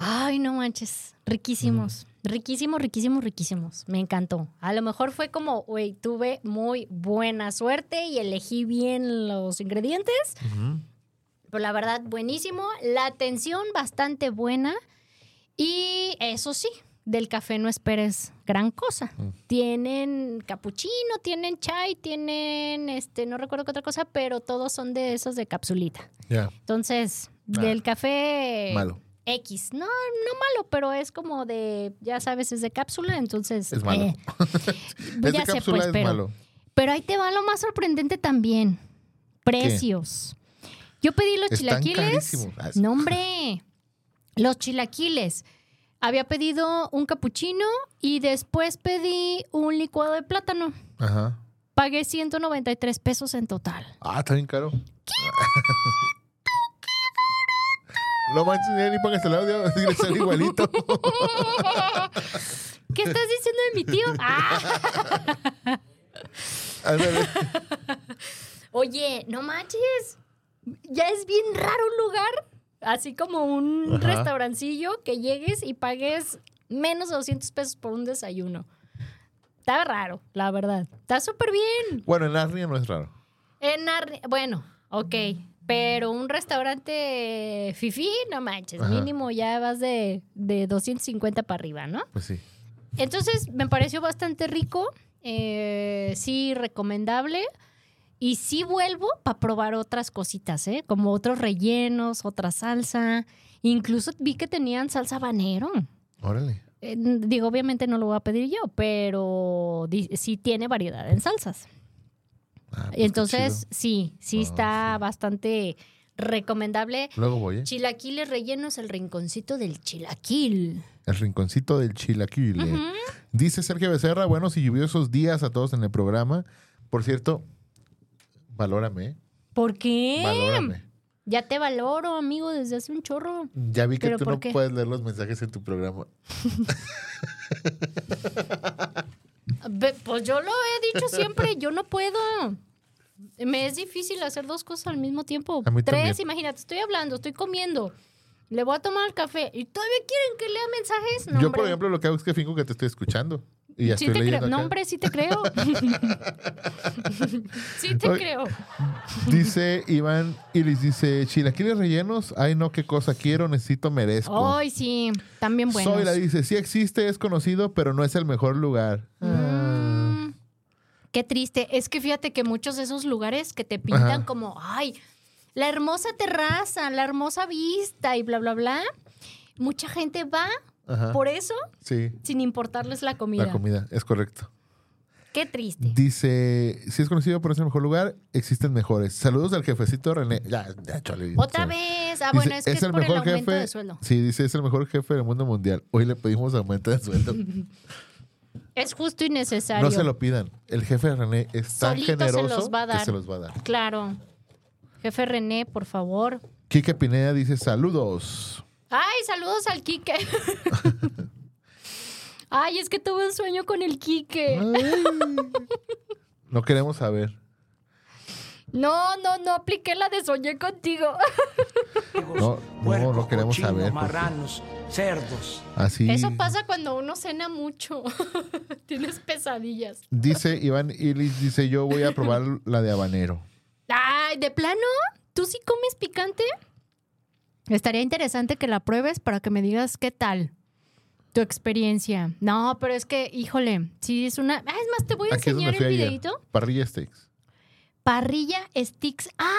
Speaker 1: Ay, no manches, riquísimos, riquísimos, riquísimos, riquísimos. Me encantó. A lo mejor fue como, güey, tuve muy buena suerte y elegí bien los ingredientes.
Speaker 2: Ujú.
Speaker 1: Pero la verdad, buenísimo. La atención bastante buena. Y eso sí, del café no esperes gran cosa.
Speaker 2: Mm.
Speaker 1: Tienen capuchino, tienen chai, tienen, este, no recuerdo qué otra cosa, pero todos son de esos de capsulita.
Speaker 2: Ya.
Speaker 1: Entonces,
Speaker 2: Ah,
Speaker 1: del café
Speaker 2: Malo.
Speaker 1: X. No, no malo, pero es como de, ya sabes, es de cápsula, entonces...
Speaker 2: Es malo.
Speaker 1: eh,
Speaker 2: Es de
Speaker 1: ya sé,
Speaker 2: cápsula,
Speaker 1: pues,
Speaker 2: es
Speaker 1: pero...
Speaker 2: malo.
Speaker 1: Pero ahí te va lo más sorprendente también. Precios. Yo pedí los
Speaker 2: Están
Speaker 1: chilaquiles.
Speaker 2: carísimos. Ah,
Speaker 1: No, hombre. Los chilaquiles. Había pedido un capuchino y después pedí un licuado de plátano.
Speaker 2: Ajá.
Speaker 1: Pagué 193 pesos en total.
Speaker 2: Ah, está bien caro. No manches, ya ni pongas el audio, así le sale igualito.
Speaker 1: ¿Qué estás diciendo de mi tío? ¡Ah!
Speaker 2: Ándale.
Speaker 1: Oye, no manches. Ya es bien raro un lugar, así como un
Speaker 2: Ajá.
Speaker 1: restaurancillo, que llegues y pagues menos de 200 pesos por un desayuno. Está raro, la verdad. Está súper bien.
Speaker 2: Bueno, en Narnia no es raro.
Speaker 1: En Arne- bueno, ok. Pero un restaurante fifi, no manches.
Speaker 2: Ajá.
Speaker 1: Mínimo ya vas de, de 250 para arriba, ¿no?
Speaker 2: Pues sí.
Speaker 1: Entonces me pareció bastante rico, eh, sí recomendable. Y sí vuelvo para probar otras cositas, ¿eh? Como otros rellenos, otra salsa. Incluso vi que tenían salsa habanero.
Speaker 2: Órale.
Speaker 1: Eh, digo, obviamente no lo voy a pedir yo, pero di- sí tiene variedad en salsas.
Speaker 2: Ah, pues qué
Speaker 1: Entonces, sí, sí
Speaker 2: Ah,
Speaker 1: está
Speaker 2: sí.
Speaker 1: bastante recomendable.
Speaker 2: chido. Luego voy, ¿eh?
Speaker 1: Chilaquiles rellenos, el rinconcito del chilaquil.
Speaker 2: El rinconcito del chilaquile.
Speaker 1: Ujú.
Speaker 2: Dice Sergio Becerra, buenos y lluviosos días a todos en el programa. Por cierto, valórame, ¿eh?
Speaker 1: ¿Por qué?
Speaker 2: valórame.
Speaker 1: Ya te valoro, amigo, desde hace un chorro.
Speaker 2: Ya vi que
Speaker 1: ¿Pero
Speaker 2: tú
Speaker 1: por
Speaker 2: no
Speaker 1: qué?
Speaker 2: puedes leer los mensajes en tu programa.
Speaker 1: Ve, Pues yo lo he dicho siempre, yo no puedo. me es difícil hacer dos cosas al mismo tiempo.
Speaker 2: A mí
Speaker 1: Tres,
Speaker 2: también.
Speaker 1: imagínate, estoy hablando, estoy comiendo, le voy a tomar el café y todavía quieren que lea mensajes. No,
Speaker 2: Yo,
Speaker 1: hombre.
Speaker 2: por ejemplo, lo que hago es que fingo que te estoy escuchando. Y ya
Speaker 1: Sí
Speaker 2: estoy
Speaker 1: te creo.
Speaker 2: leyendo.
Speaker 1: No,
Speaker 2: acá.
Speaker 1: hombre, sí te creo. sí te
Speaker 2: Oye.
Speaker 1: creo.
Speaker 2: Dice Iván y les dice: Chilaquiles rellenos. Ay, no, qué cosa quiero, necesito, merezco.
Speaker 1: Ay, sí, también buenos.
Speaker 2: Soy la dice: Sí existe, es conocido, pero no es el mejor lugar. Ah.
Speaker 1: Mm, Qué triste. Es que fíjate que muchos de esos lugares que te pintan
Speaker 2: Ajá.
Speaker 1: como, ay, la hermosa terraza, la hermosa vista y bla, bla, bla. Mucha gente va
Speaker 2: Ajá.
Speaker 1: por eso
Speaker 2: Sí,
Speaker 1: sin importarles la comida.
Speaker 2: Ah. la comida, es correcto.
Speaker 1: Qué triste.
Speaker 2: Dice: Si es conocido, pero es el mejor lugar, existen mejores. Saludos al jefecito René. Ya, ya, chole.
Speaker 1: Otra
Speaker 2: Se-
Speaker 1: vez. Ah,
Speaker 2: Dice,
Speaker 1: bueno, es que es, por el aumento de sueldo.
Speaker 2: Sí, dice, es el mejor jefe del mundo mundial. Hoy le pedimos aumento de sueldo.
Speaker 1: Es justo y necesario.
Speaker 2: no se lo pidan. El jefe René es tan
Speaker 1: Solito se
Speaker 2: generoso
Speaker 1: los va a
Speaker 2: que
Speaker 1: dar.
Speaker 2: se los va a dar.
Speaker 1: Claro. Jefe René, por favor.
Speaker 2: Kike Pineda dice, saludos.
Speaker 1: Ay, saludos al Quique. Ay, es que tuve un sueño con el Quique.
Speaker 2: Ay. no queremos saber.
Speaker 1: No, no, no apliqué la de soñé contigo.
Speaker 2: No, no, no queremos
Speaker 6: cochinos,
Speaker 2: saber. porque
Speaker 6: marranos, cerdos.
Speaker 2: Así
Speaker 1: Eso pasa cuando uno cena mucho. Tienes pesadillas.
Speaker 2: dice Iván Illich, dice, yo voy a probar la de habanero.
Speaker 1: Ay, de plano, ¿tú sí comes picante? Estaría interesante que la pruebes para que me digas qué tal tu experiencia. No, pero es que, híjole, sí es una. Ah, es más, te voy a
Speaker 2: Aquí es donde
Speaker 1: enseñar
Speaker 2: fui
Speaker 1: el
Speaker 2: ayer.
Speaker 1: videito.
Speaker 2: Parrilla Steaks.
Speaker 1: Parrilla Sticks. ¡Ah!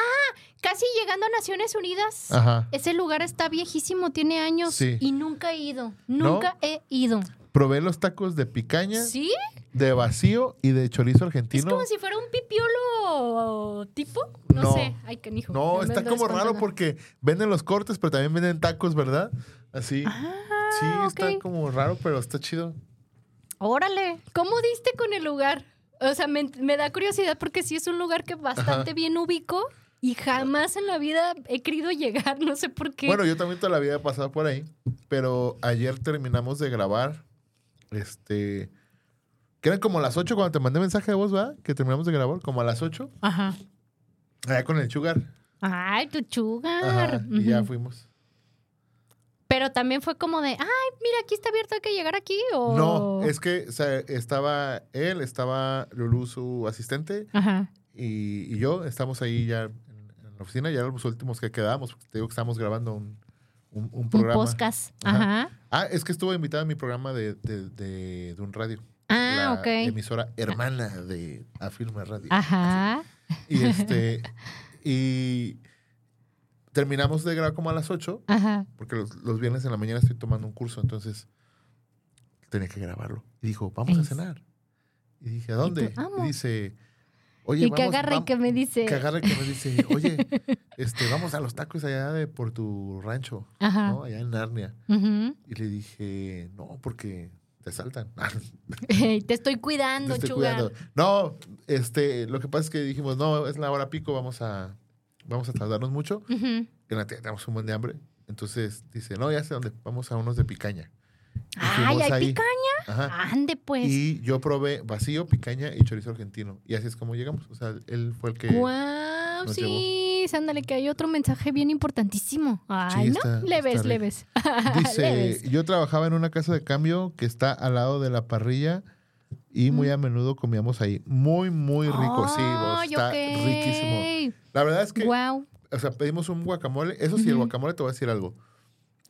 Speaker 1: Casi llegando a Naciones Unidas.
Speaker 2: Ajá.
Speaker 1: Ese lugar está viejísimo, tiene años
Speaker 2: Ah. Sí.
Speaker 1: y nunca he ido.
Speaker 2: ¿No?
Speaker 1: Nunca he ido.
Speaker 2: Probé los tacos de picaña,
Speaker 1: ¿Sí?
Speaker 2: de vacío y de chorizo
Speaker 1: Es
Speaker 2: argentino.
Speaker 1: como si fuera un pipiolo tipo. No,
Speaker 2: No.
Speaker 1: sé. Ay, canijo.
Speaker 2: No,
Speaker 1: ya me
Speaker 2: está
Speaker 1: ando
Speaker 2: como raro
Speaker 1: descontando.
Speaker 2: porque venden los cortes, pero también venden tacos, ¿verdad? Así. sí,
Speaker 1: Ah, ok.
Speaker 2: está como raro, pero está chido.
Speaker 1: Órale. ¿Cómo diste con el lugar? O sea, me, me da curiosidad porque sí es un lugar que bastante bien ubico y jamás en la vida he querido llegar. No sé por qué.
Speaker 2: Bueno, yo también toda la vida he pasado por ahí, pero ayer terminamos de grabar, este, que eran como las 8 cuando te mandé mensaje de voz, ¿verdad? Que terminamos de grabar, como a las 8,
Speaker 1: Ajá.
Speaker 2: allá con el sugar.
Speaker 1: Ay, tu chugar.
Speaker 2: Ajá, y ya
Speaker 1: Ah, Ujú.
Speaker 2: fuimos.
Speaker 1: Pero también fue como de, ay, mira, aquí está abierto, hay que llegar aquí. O...
Speaker 2: No, es que o sea, estaba él, estaba Lulú, su asistente,
Speaker 1: Ajá.
Speaker 2: y, y yo estamos ahí ya en, en la oficina, ya éramos los últimos que quedamos, porque te digo que estamos grabando un, un- un
Speaker 1: Un
Speaker 2: programa.
Speaker 1: podcast.
Speaker 2: Ajá.
Speaker 1: Ajá.
Speaker 2: Ah, es que estuvo invitada a mi programa de, de- de- de un radio.
Speaker 1: Ah,
Speaker 2: la
Speaker 1: ok. Ah.
Speaker 2: emisora hermana de Afirma Radio.
Speaker 1: Ajá.
Speaker 2: Y este y terminamos de grabar como a las 8,
Speaker 1: Ajá.
Speaker 2: porque los, los viernes en la mañana estoy tomando un curso, entonces tenía que grabarlo. Y dijo, vamos a
Speaker 1: Es-
Speaker 2: cenar. Y dije, ¿a dónde? Y
Speaker 1: vamos.
Speaker 2: dice, oye,
Speaker 1: y que
Speaker 2: vamos-
Speaker 1: agarra y
Speaker 2: vam-
Speaker 1: que me dice.
Speaker 2: que agarra y que me dice, oye, este, vamos a los tacos allá de por tu rancho,
Speaker 1: Ajá.
Speaker 2: ¿no? Allá en Narnia.
Speaker 1: Ujú.
Speaker 2: Y le dije, no, porque te saltan.
Speaker 1: Ey, Te estoy
Speaker 2: Te
Speaker 1: cuidando,
Speaker 2: estoy
Speaker 1: chugar.
Speaker 2: cuidando. No, este, lo que pasa es que dijimos, no, es la hora pico, vamos a, vamos a tardarnos mucho.
Speaker 1: Ujú.
Speaker 2: En la tienda tenemos un buen de hambre. Entonces dice, no, ya sé dónde, vamos a unos de picaña. Y
Speaker 1: Ay,
Speaker 2: fuimos
Speaker 1: hay
Speaker 2: ahí.
Speaker 1: picaña.
Speaker 2: Ajá.
Speaker 1: Ande, pues.
Speaker 2: Y yo probé vacío, picaña y chorizo argentino. Y así es como llegamos. O sea, él fue el que...
Speaker 1: Guau,
Speaker 2: eh, nos
Speaker 1: sí. Ándale, que hay otro mensaje bien importantísimo. Ay, ¿no?
Speaker 2: está-
Speaker 1: leves,
Speaker 2: está rico.
Speaker 1: leves.
Speaker 2: Dice,
Speaker 1: leves.
Speaker 2: yo trabajaba en una casa de cambio que está al lado de la parrilla y muy a menudo comíamos ahí. Muy, muy rico, sí,
Speaker 1: Mm.
Speaker 2: vos,
Speaker 1: Ay,
Speaker 2: está
Speaker 1: ok.
Speaker 2: riquísimo. La verdad es que,
Speaker 1: Guau.
Speaker 2: o sea, pedimos un guacamole. Eso sí, el
Speaker 1: Ujú.
Speaker 2: guacamole te voy a decir algo.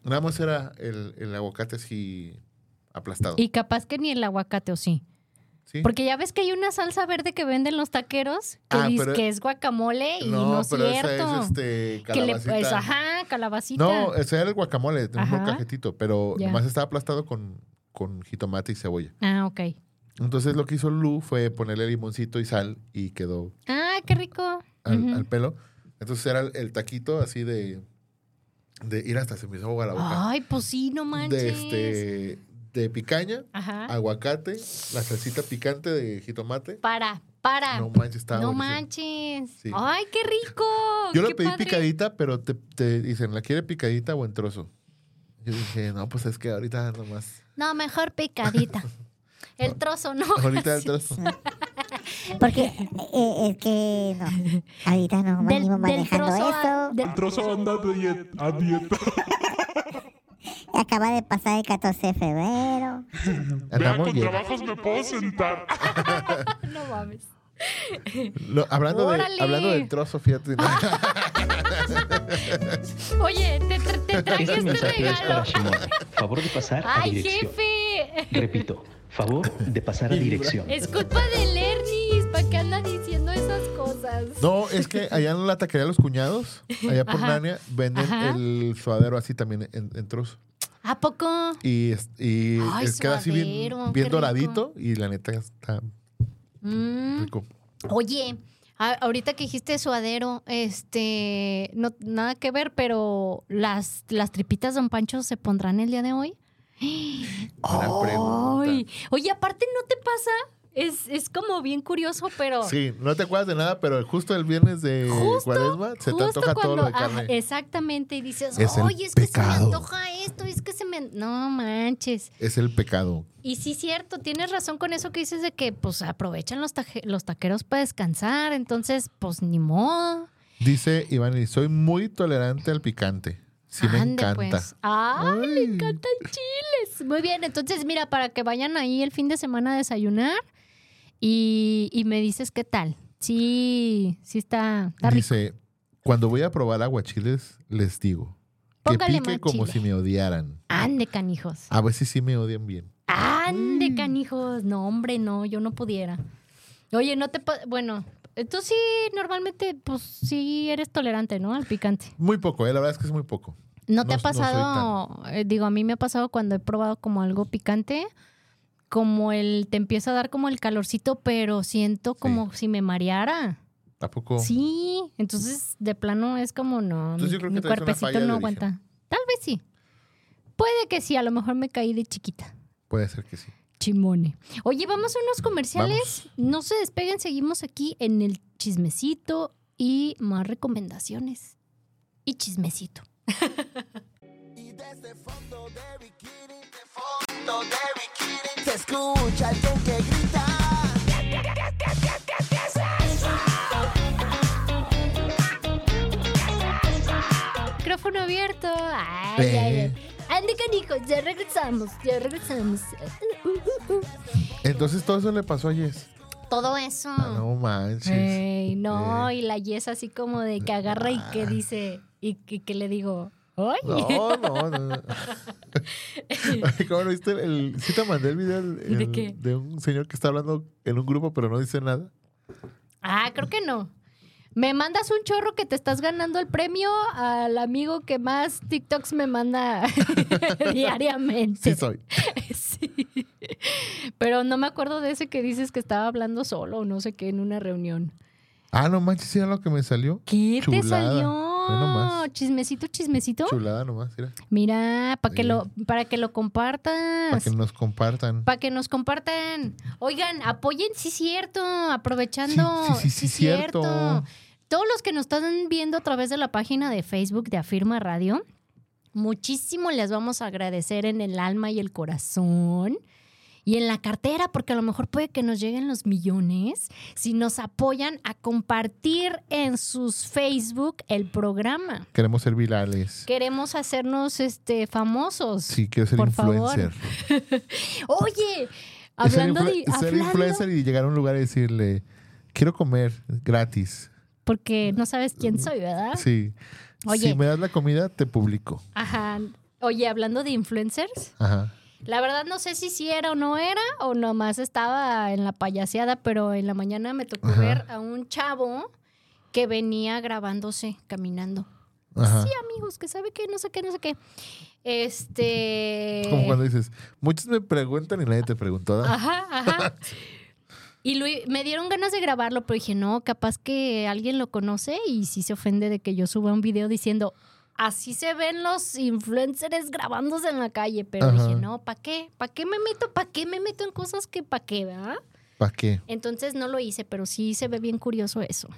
Speaker 2: Nada más era el, el aguacate así aplastado.
Speaker 1: Y capaz que ni el aguacate, o sí.
Speaker 2: ¿sí?
Speaker 1: Porque ya ves que hay una salsa verde que venden los taqueros que
Speaker 2: Ah,
Speaker 1: dice
Speaker 2: pero-
Speaker 1: que es guacamole y no, es
Speaker 2: pero esa
Speaker 1: cierto.
Speaker 2: es este,
Speaker 1: que le
Speaker 2: calabacita.
Speaker 1: pues, ajá, calabacita.
Speaker 2: no, ese era el guacamole, de un
Speaker 1: Ajá.
Speaker 2: cajetito, pero
Speaker 1: Ya.
Speaker 2: nomás estaba aplastado con, con jitomate y cebolla.
Speaker 1: Ah, ok.
Speaker 2: Entonces lo que hizo Lu fue ponerle limoncito y sal y quedó
Speaker 1: Ah, qué rico.
Speaker 2: al,
Speaker 1: Ujú.
Speaker 2: al pelo. Entonces era el, el taquito así de, de ir hasta se me hizo agua la boca.
Speaker 1: Ay, pues sí, no manches.
Speaker 2: de este de picaña,
Speaker 1: Ajá.
Speaker 2: aguacate, la salsita picante de jitomate.
Speaker 1: Para, para.
Speaker 2: No
Speaker 1: Ah, No,
Speaker 2: manches, estaba buenísimo.
Speaker 1: manches.
Speaker 2: Sí.
Speaker 1: Ay, qué rico.
Speaker 2: Yo
Speaker 1: qué
Speaker 2: la pedí
Speaker 1: padre.
Speaker 2: picadita, pero te, te dicen, ¿la quiere picadita o en trozo? Yo dije, no, pues es que ahorita nomás.
Speaker 1: No, mejor picadita. El trozo, ¿no?
Speaker 2: Ahorita el
Speaker 1: Sí.
Speaker 2: trozo.
Speaker 7: Porque eh, es que no. Ahorita no
Speaker 1: Del-
Speaker 7: venimos
Speaker 1: del
Speaker 7: manejando
Speaker 1: trozo a-
Speaker 7: eso.
Speaker 1: del-
Speaker 4: El trozo anda a diet- a dieta.
Speaker 7: Acaba de pasar el 14 de febrero.
Speaker 4: Vea,
Speaker 2: Andamos
Speaker 4: con
Speaker 2: bien.
Speaker 4: trabajos me puedo sentar.
Speaker 1: no mames.
Speaker 2: Lo- hablando, de,
Speaker 1: ¡Órale! Ah.
Speaker 2: hablando del trozo, fíjate. ¿no?
Speaker 1: Oye, te, tra- te traje
Speaker 8: Este
Speaker 1: este
Speaker 8: mensaje es
Speaker 1: regalo.
Speaker 8: para Shimon. Favor de pasar a
Speaker 1: ¡Ay,
Speaker 8: dirección.
Speaker 1: jefe!
Speaker 8: Repito, favor de pasar a dirección.
Speaker 1: Es culpa del Ernis. ¿Para qué anda diciendo esas cosas?
Speaker 2: No, es que allá en la taquería de los cuñados, allá por
Speaker 1: Ajá.
Speaker 2: Nania, venden
Speaker 1: Ajá.
Speaker 2: el suadero así también en, en trozo.
Speaker 1: ¿A poco?
Speaker 2: Y, es- y
Speaker 1: Ay,
Speaker 2: es- queda así
Speaker 1: suadero,
Speaker 2: bien,
Speaker 1: qué
Speaker 2: bien
Speaker 1: rico.
Speaker 2: doradito y la neta está
Speaker 1: Mm.
Speaker 2: rico.
Speaker 1: Oye, a- ahorita que dijiste suadero, este, no nada que ver, pero las, las tripitas de Don Pancho se pondrán el día de hoy.
Speaker 2: Gran
Speaker 1: Ay,
Speaker 2: pregunta.
Speaker 1: oye, aparte no te pasa, es, es como bien curioso, pero
Speaker 2: Sí, no te acuerdas de nada, pero justo el viernes de
Speaker 1: Justo,
Speaker 2: Cuaresma se te
Speaker 1: justo
Speaker 2: antoja todo lo de
Speaker 1: ajá, eh.
Speaker 2: carne.
Speaker 1: exactamente y dices,
Speaker 2: Es el
Speaker 1: "Oye, es que se me
Speaker 2: pecado".
Speaker 1: antoja esto, es que se me an-". no manches."
Speaker 2: es el pecado.
Speaker 1: Y sí cierto, tienes razón con eso que dices de que pues aprovechan los taje- los taqueros para descansar, entonces pues ni modo.
Speaker 2: Dice Iván, y soy muy tolerante al picante. Sí, me
Speaker 1: Ande,
Speaker 2: encanta.
Speaker 1: pues. Ay, le
Speaker 2: Ay.
Speaker 1: encantan chiles. Muy bien, entonces mira, para que vayan ahí el fin de semana a desayunar y, y me dices qué tal. Sí, sí está, está rico.
Speaker 2: Dice, cuando voy a probar aguachiles, les digo que
Speaker 1: Póngale
Speaker 2: pique
Speaker 1: más
Speaker 2: como
Speaker 1: chile.
Speaker 2: si me odiaran.
Speaker 1: Ande, canijos.
Speaker 2: A veces sí me odian bien. mm.
Speaker 1: Ande, canijos. No, hombre, no, yo no pudiera. Oye, no te... pa- Bueno, tú sí, normalmente, pues sí eres tolerante, ¿no? Al picante.
Speaker 2: Muy poco, eh, la verdad es que es muy poco.
Speaker 1: ¿No te
Speaker 2: No-
Speaker 1: ha
Speaker 2: no soy
Speaker 1: pasado, eh, digo, a mí me ha pasado cuando he probado como algo picante, como el, te empieza a dar como el calorcito, pero siento como si me mareara.
Speaker 2: Tampoco.
Speaker 1: Sí, entonces de plano es como no,
Speaker 2: Oh. Entonces
Speaker 1: mi,
Speaker 2: yo creo que
Speaker 1: mi
Speaker 2: traes una
Speaker 1: cuerpecito
Speaker 2: falla de
Speaker 1: no
Speaker 2: origen.
Speaker 1: aguanta. Tal vez sí. Puede que sí, a lo mejor me caí de chiquita.
Speaker 2: Puede ser que sí.
Speaker 1: Chimone. Oye, vamos a unos comerciales.
Speaker 2: Vamos.
Speaker 1: No se despeguen, seguimos aquí en el chismecito y más recomendaciones. Y chismecito.
Speaker 9: Y desde fondo de bikini, de fondo de bikini, se escucha alguien que grita.
Speaker 1: Micrófono abierto. Ay,
Speaker 2: Ve.
Speaker 1: ay, ay. Andy Canijo, ya regresamos, ya regresamos. Uh, uh, uh.
Speaker 2: Entonces todo eso le pasó a Jess.
Speaker 1: Todo eso.
Speaker 2: Ah, no manches.
Speaker 1: Ey, no,
Speaker 2: Eh. Ah.
Speaker 1: y la Yes así como de que agarra y que dice, y que, que le digo, ¡ay!
Speaker 2: No, no, no. no. Ay, ¿Cómo no viste? El, sí te mandé el video el-
Speaker 1: ¿De
Speaker 2: el-
Speaker 1: qué?
Speaker 2: de un señor que está hablando en un grupo pero no dice nada.
Speaker 1: Ah, creo que no. Me mandas un chorro que te estás ganando el premio al amigo que más TikToks me manda
Speaker 2: Sí,
Speaker 1: diariamente.
Speaker 2: soy.
Speaker 1: Sí. Pero no me acuerdo de ese que dices que estaba hablando solo o no sé qué en una reunión.
Speaker 2: Ah, no manches, era lo que me salió.
Speaker 1: ¿Qué te
Speaker 2: Chulada. Ve
Speaker 1: salió?
Speaker 2: nomás.
Speaker 1: Chismecito, chismecito.
Speaker 2: Chulada nomás, mira.
Speaker 1: Mira, para que
Speaker 2: Sí.
Speaker 1: lo, para que lo compartas.
Speaker 2: Para que nos compartan.
Speaker 1: Para que nos compartan. Oigan, apoyen, sí cierto, aprovechando.
Speaker 2: Sí, sí, sí, sí, cierto.
Speaker 1: Todos los que nos están viendo a través de la página de Facebook de Afirma Radio, muchísimo les vamos a agradecer en el alma y el corazón. Y en la cartera, porque a lo mejor puede que nos lleguen los millones si nos apoyan a compartir en sus Facebook el programa.
Speaker 2: Queremos ser virales.
Speaker 1: Queremos hacernos este famosos.
Speaker 2: Sí, quiero ser
Speaker 1: Por favor.
Speaker 2: influencer.
Speaker 1: Oye,
Speaker 2: Es ser
Speaker 1: hablando de
Speaker 2: influ- ser
Speaker 1: hablando-
Speaker 2: influencer y llegar a un lugar y decirle, quiero comer gratis.
Speaker 1: Porque no sabes quién soy, ¿verdad?
Speaker 2: Sí.
Speaker 1: ¿Ah? Oye.
Speaker 2: Si me das la comida, te publico.
Speaker 1: Ajá. Oye, hablando de influencers,
Speaker 2: Ajá.
Speaker 1: la verdad no sé si sí era o no era, o nomás estaba en la payaseada, pero en la mañana me tocó
Speaker 2: Ajá.
Speaker 1: ver a un chavo que venía grabándose caminando.
Speaker 2: Ajá.
Speaker 1: Sí, amigos, que sabe que no sé qué, no sé qué. Este.
Speaker 2: Como cuando dices, muchos me preguntan y nadie te preguntó. ¿verdad?
Speaker 1: Ajá, ajá. Y lo- me dieron ganas de grabarlo, pero dije, no, capaz que alguien lo conoce y sí se ofende de que yo suba un video diciendo, así se ven los influencers grabándose en la calle. Pero
Speaker 2: Ajá.
Speaker 1: dije, no, ¿para qué? ¿Para qué me meto? ¿Para qué me meto en cosas que para qué, verdad?
Speaker 2: ¿Para qué?
Speaker 1: Entonces no lo hice, pero sí se ve bien curioso eso.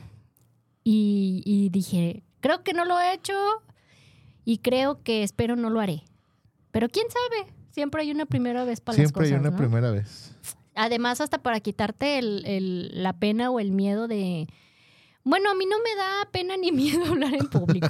Speaker 1: Y, y dije, creo que no lo he hecho y creo que espero no lo haré. Pero quién sabe, siempre hay una primera vez para las
Speaker 2: Siempre
Speaker 1: cosas,
Speaker 2: hay una
Speaker 1: ¿no?
Speaker 2: primera vez.
Speaker 1: Además, hasta para quitarte el- el- la pena o el miedo de... Bueno, a mí no me da pena ni miedo hablar en público.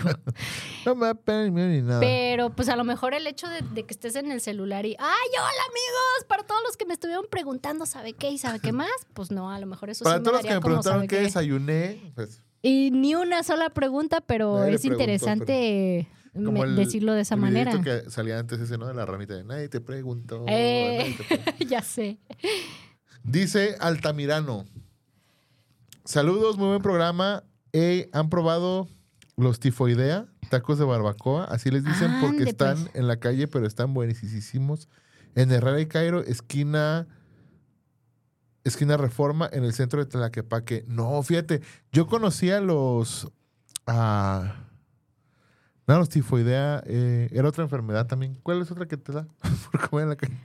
Speaker 2: No me da pena ni miedo ni nada.
Speaker 1: Pero pues a lo mejor el hecho de, de que estés en el celular y, ay, hola amigos, para todos los que me estuvieron preguntando, ¿sabe qué y sabe qué más? Pues no, a lo mejor eso
Speaker 2: Para
Speaker 1: sí
Speaker 2: todos los
Speaker 1: me
Speaker 2: que me
Speaker 1: daría como
Speaker 2: preguntaron
Speaker 1: sabe
Speaker 2: qué
Speaker 1: qué.
Speaker 2: desayuné, pues
Speaker 1: Y ni una sola pregunta, pero
Speaker 2: Nadie le
Speaker 1: es
Speaker 2: preguntó,
Speaker 1: interesante
Speaker 2: como
Speaker 1: me-
Speaker 2: el-
Speaker 1: decirlo de esa
Speaker 2: el
Speaker 1: manera.
Speaker 2: videíto que salía antes ese, ¿no? De la ranita de nadie te preguntó.
Speaker 1: Eh.
Speaker 2: nadie te preguntó".
Speaker 1: ya sé.
Speaker 2: Dice Altamirano. Saludos, muy buen programa. Eh, ¿Han probado los tifoidea? Tacos de barbacoa, así les dicen porque
Speaker 1: Ande,
Speaker 2: están
Speaker 1: pues.
Speaker 2: en la calle, pero están buenísimos. En Herrera y Cairo, esquina esquina Reforma, en el centro de Tlaquepaque. No, fíjate, yo conocía los... ah, no, los tifoidea eh, era otra enfermedad también. ¿Cuál es otra que te da por comer en la calle?